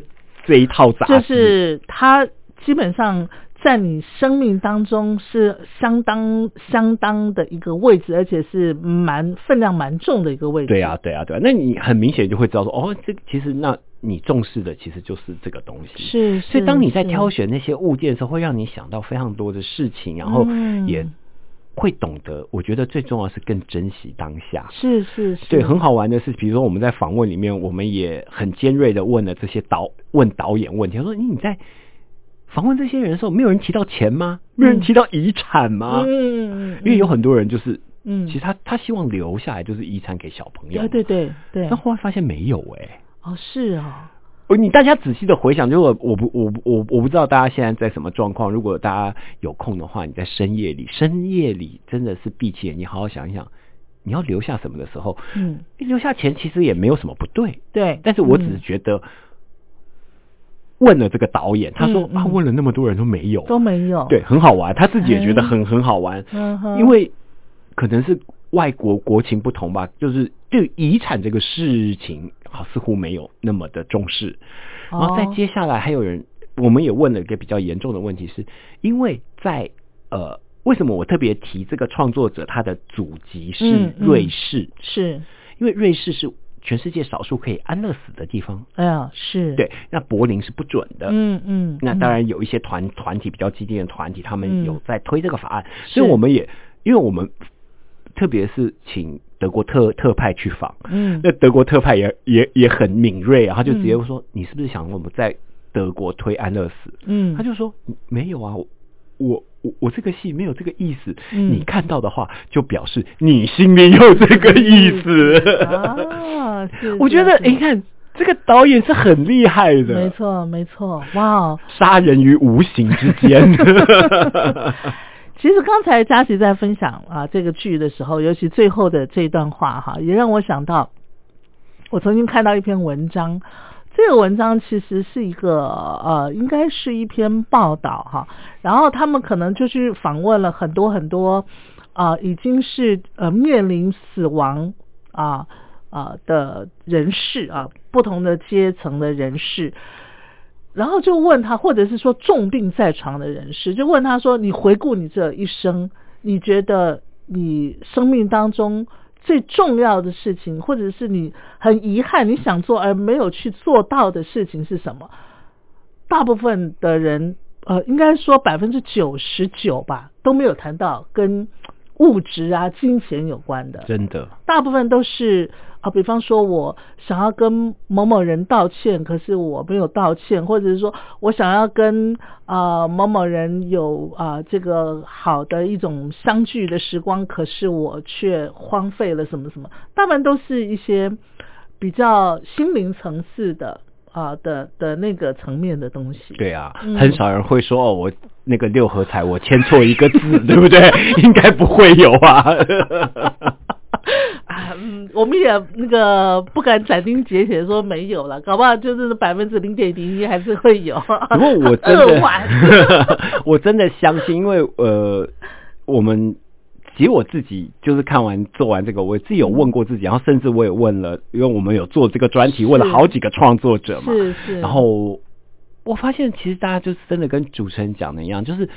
Speaker 3: 这一套杂志，
Speaker 1: 就是它基本上在你生命当中是相当相当的一个位置，而且是蛮分量蛮重的一个位置。
Speaker 3: 对啊，对啊，对啊，那你很明显就会知道说，哦，这其实那你重视的其实就是这个东西，
Speaker 1: 是，是
Speaker 3: 所以当你在挑
Speaker 1: 是
Speaker 3: 选那些物件的时候，会让你想到非常多的事情，然后
Speaker 1: 嗯
Speaker 3: 也会懂得。我觉得最重要是更珍惜当下。
Speaker 1: 是是是，
Speaker 3: 对，很好玩的是，比如说我们在访问里面，我们也很尖锐的问了这些导问导演问题，他说：“你在访问这些人的时候，没有人提到钱吗？没有人提到遗产吗？”
Speaker 1: 嗯嗯，嗯
Speaker 3: 啊因为有很多人就是，
Speaker 1: 嗯哎
Speaker 3: 其实他他希望留下来就是遗产给小朋友嘛，
Speaker 1: 对对对对
Speaker 3: 但，后来发现没有哎、
Speaker 1: 哦是哦，
Speaker 3: 哦，你大家仔细的回想，如果我不我不我我不知道大家现在在什么状况。如果大家有空的话，你在深夜里，深夜里真的是闭起眼睛好好想一想，你要留下什么的时候，
Speaker 1: 嗯
Speaker 3: 留下钱其实也没有什么不对。
Speaker 1: 对，
Speaker 3: 但是我只
Speaker 1: 嗯
Speaker 3: 是觉得，问了这个导演，他说、
Speaker 1: 嗯嗯
Speaker 3: 啊，问了那么多人都没有，
Speaker 1: 都没有，
Speaker 3: 对，，很好玩，他自己也觉得
Speaker 1: 哎
Speaker 3: 很、很好玩，
Speaker 1: 嗯哼，
Speaker 3: 因为可能是外国国情不同吧，就是对遗产这个事情，好似乎没有那么的重视。然后再
Speaker 1: 哦
Speaker 3: 接下来还有人，我们也问了一个比较严重的问题是，因为在呃，为什么我特别提这个创作者他的祖籍
Speaker 1: 嗯
Speaker 3: 是
Speaker 1: 嗯
Speaker 3: 瑞士？
Speaker 1: 是，
Speaker 3: 因为瑞士是全世界少数可以安乐死的地方，
Speaker 1: 哎呀是，，
Speaker 3: 对，那柏林是不准的。
Speaker 1: 嗯嗯，
Speaker 3: 那
Speaker 1: 嗯
Speaker 3: 当然有一些团团体比较激进的团体，他
Speaker 1: 嗯
Speaker 3: 们有在推这个法案，
Speaker 1: 是
Speaker 3: 所以我们也因为我们特别是请德国特特派去访，
Speaker 1: 嗯
Speaker 3: 那德国特派也也也很敏锐啊，他就直接
Speaker 1: 嗯
Speaker 3: 说、你是不是想我们在德国推安乐死？
Speaker 1: 嗯，
Speaker 3: 他就说没有啊，我我我我这个戏没有这个意思，
Speaker 1: 嗯
Speaker 3: 你看到的话就表示你心里有这个意思。
Speaker 1: 嗯 啊，是
Speaker 3: 我
Speaker 1: 是
Speaker 3: 觉得哎
Speaker 1: 啊
Speaker 3: 诶你
Speaker 1: 是
Speaker 3: 看这个导演是很厉害的，
Speaker 1: 没错没错，哇哦。
Speaker 3: 杀人于无形之 间。
Speaker 1: 其实刚才佳琪在分享啊这个剧的时候，尤其最后的这段话哈，也让我想到，我曾经看到一篇文章，这个文章其实是一个呃，应该是一篇报道哈，然后他们可能就去访问了很多很多啊、已经是呃面临死亡啊啊、的人士啊，不同的阶层的人士，然后就问他，或者是说重病在床的人士，就问他说：“你回顾你这一生，你觉得你生命当中最重要的事情，或者是你很遗憾你想做而没有去做到的事情是什么？”大部分的人，呃，应该说百分之九十九吧，都没有谈到跟物质啊、金钱有关的。
Speaker 3: 真的，
Speaker 1: 大部分都是啊，比方说我想要跟某某人道歉，可是我没有道歉，或者是说我想要跟啊、呃某某人有啊、这个好的一种相聚的时光，可是我却荒废了什么什么，大部分都是一些比较心灵层次的啊、的的那个层面的东西。
Speaker 3: 对啊，
Speaker 1: 嗯
Speaker 3: 很少人会说哦，我那个六合彩我签错一个字，对不对？ 应该不会有 啊。
Speaker 1: 啊，嗯，我们也那个不敢斩钉截铁说没有了，搞不好就是百分之零点零一还是会有。
Speaker 3: 不过我 真
Speaker 1: 二万
Speaker 3: 的，我真的相信，因为呃，我们其实我自己就是看完做完这个，我自己有问过自己，然后甚至我也问了，因为我们有做这个专题，问了
Speaker 1: 是
Speaker 3: 好几个创作者嘛，
Speaker 1: 是是，
Speaker 3: 然后我发现其实大家就真的跟主持人讲的一样，就是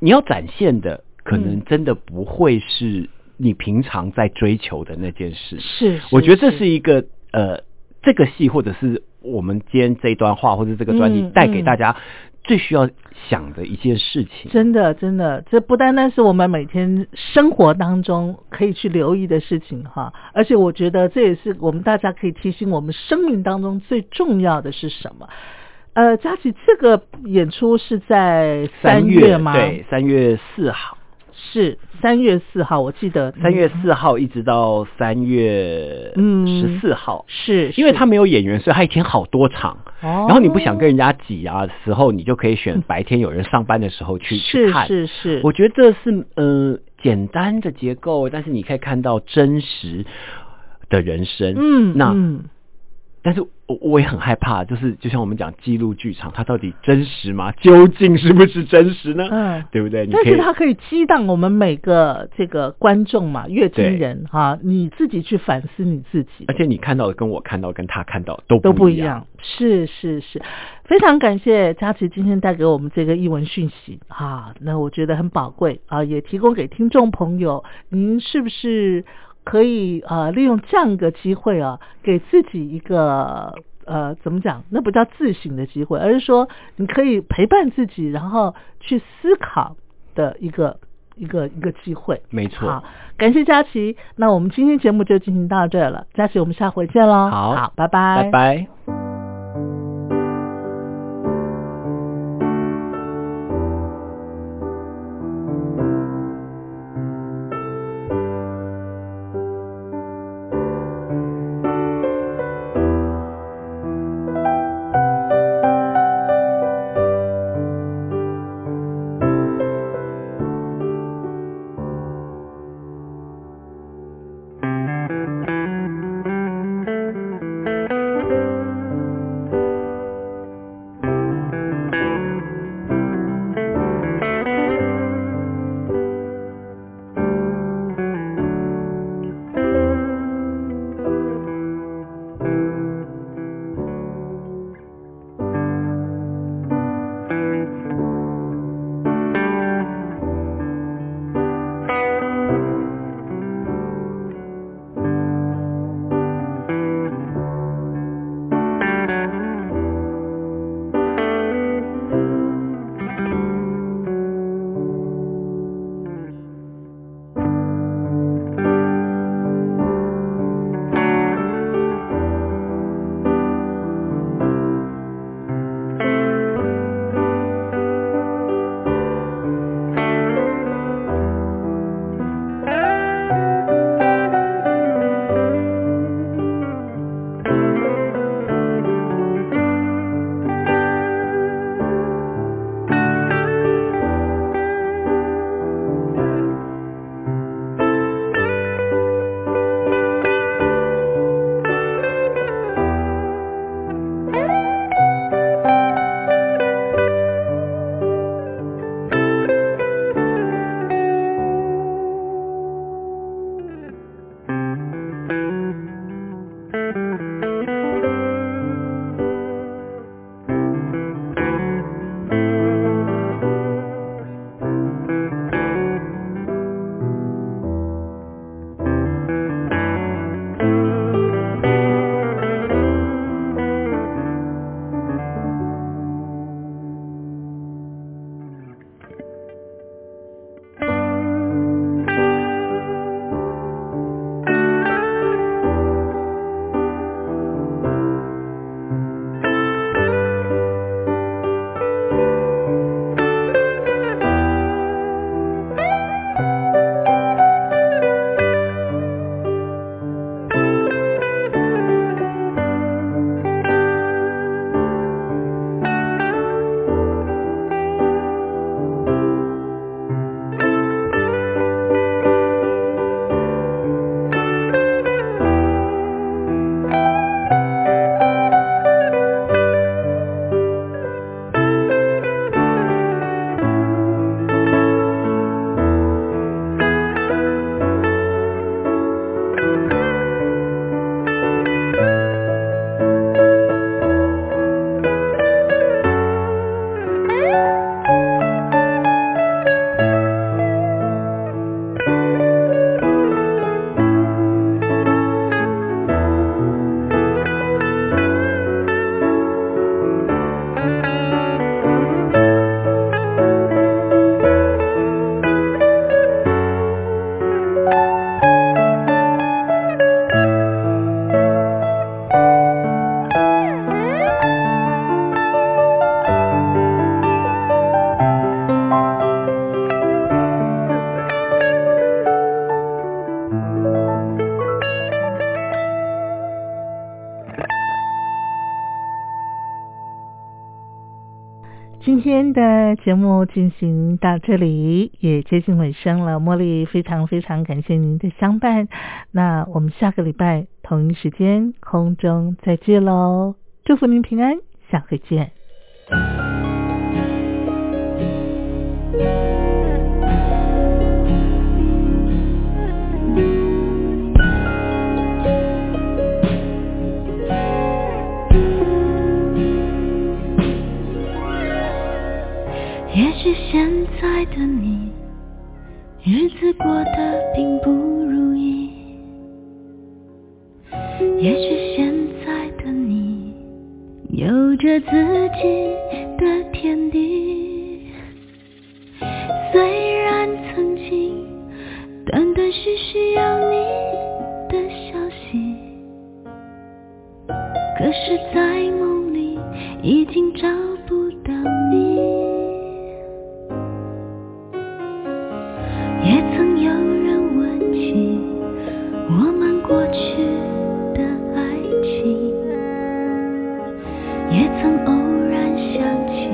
Speaker 3: 你要展现的，可能真的不会是你平常在追求的那件事。
Speaker 1: 是，
Speaker 3: 我觉得这是一个呃，这个戏或者是我们今天这一段话或者这个专辑
Speaker 1: 嗯
Speaker 3: 带给大
Speaker 1: 嗯
Speaker 3: 家最需要想的一件事情。
Speaker 1: 真的，真的，这不单单是我们每天生活当中可以去留意的事情哈，而且我觉得这也是我们大家可以提醒我们生命当中最重要的是什么。呃，佳琪，这个演出是在
Speaker 3: 三
Speaker 1: 月吗？
Speaker 3: 对，，三月四号，
Speaker 1: 是三月四号，我记得
Speaker 3: 三月
Speaker 1: 嗯
Speaker 3: 四号一直到三月
Speaker 1: 嗯
Speaker 3: 十四号，
Speaker 1: 是，
Speaker 3: 因为
Speaker 1: 是
Speaker 3: 他没有演员，所以他一天好多场。
Speaker 1: 哦
Speaker 3: 然后你不想跟人家挤啊的时候，你就可以选白天有人上班的时候去去
Speaker 1: 是
Speaker 3: 看。
Speaker 1: 是是，
Speaker 3: 我觉得这是呃简单的结构，但是你可以看到真实的人生。
Speaker 1: 嗯
Speaker 3: 那
Speaker 1: 嗯
Speaker 3: 但是我我也很害怕，就是就像我们讲记录剧场，它到底真实吗？究竟是不是真实呢？
Speaker 1: 嗯
Speaker 3: 对不对？你
Speaker 1: 但
Speaker 3: 可以
Speaker 1: 是它可以激荡我们每个这个观众嘛，乐
Speaker 3: 对
Speaker 1: 听人哈、你自己去反思你自己
Speaker 3: 而。且你看到的跟我看到跟他看到都
Speaker 1: 都不
Speaker 3: 一
Speaker 1: 一。样，是是是，非常感谢佳琪今天带给我们这个译文讯息啊，那我觉得很宝贵啊，也提供给听众朋友，您是不是可以呃利用这样一个机会啊，给自己一个呃怎么讲，那不叫自省的机会，而是说你可以陪伴自己，然后去思考的一个一个一个机会。
Speaker 3: 没错
Speaker 1: 好，感谢佳琪，那我们今天节目就进行到这儿了，佳琪，我们下回见喽。
Speaker 3: 好
Speaker 1: 好，拜拜，
Speaker 3: 拜拜。
Speaker 1: 今天的节目进行到这里，也接近尾声了。茉莉非常非常感谢您的相伴，那我们下个礼拜同一时间空中再见喽！祝福您平安，下回见。
Speaker 4: 也许现在的你，日子过得并不如意。也许现在的你，有着自己的天地。虽然曾经断断续续有你的消息，可是，在梦里已经找不到你。也曾有人问起我们过去的爱情，也曾偶然想起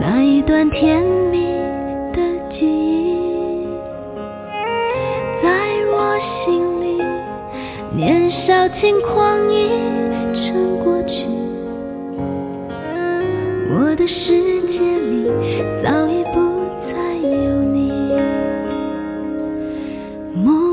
Speaker 4: 那一段甜蜜的记忆，在我心里，年少轻狂已成过去，我的世界里早已不再有你。梦。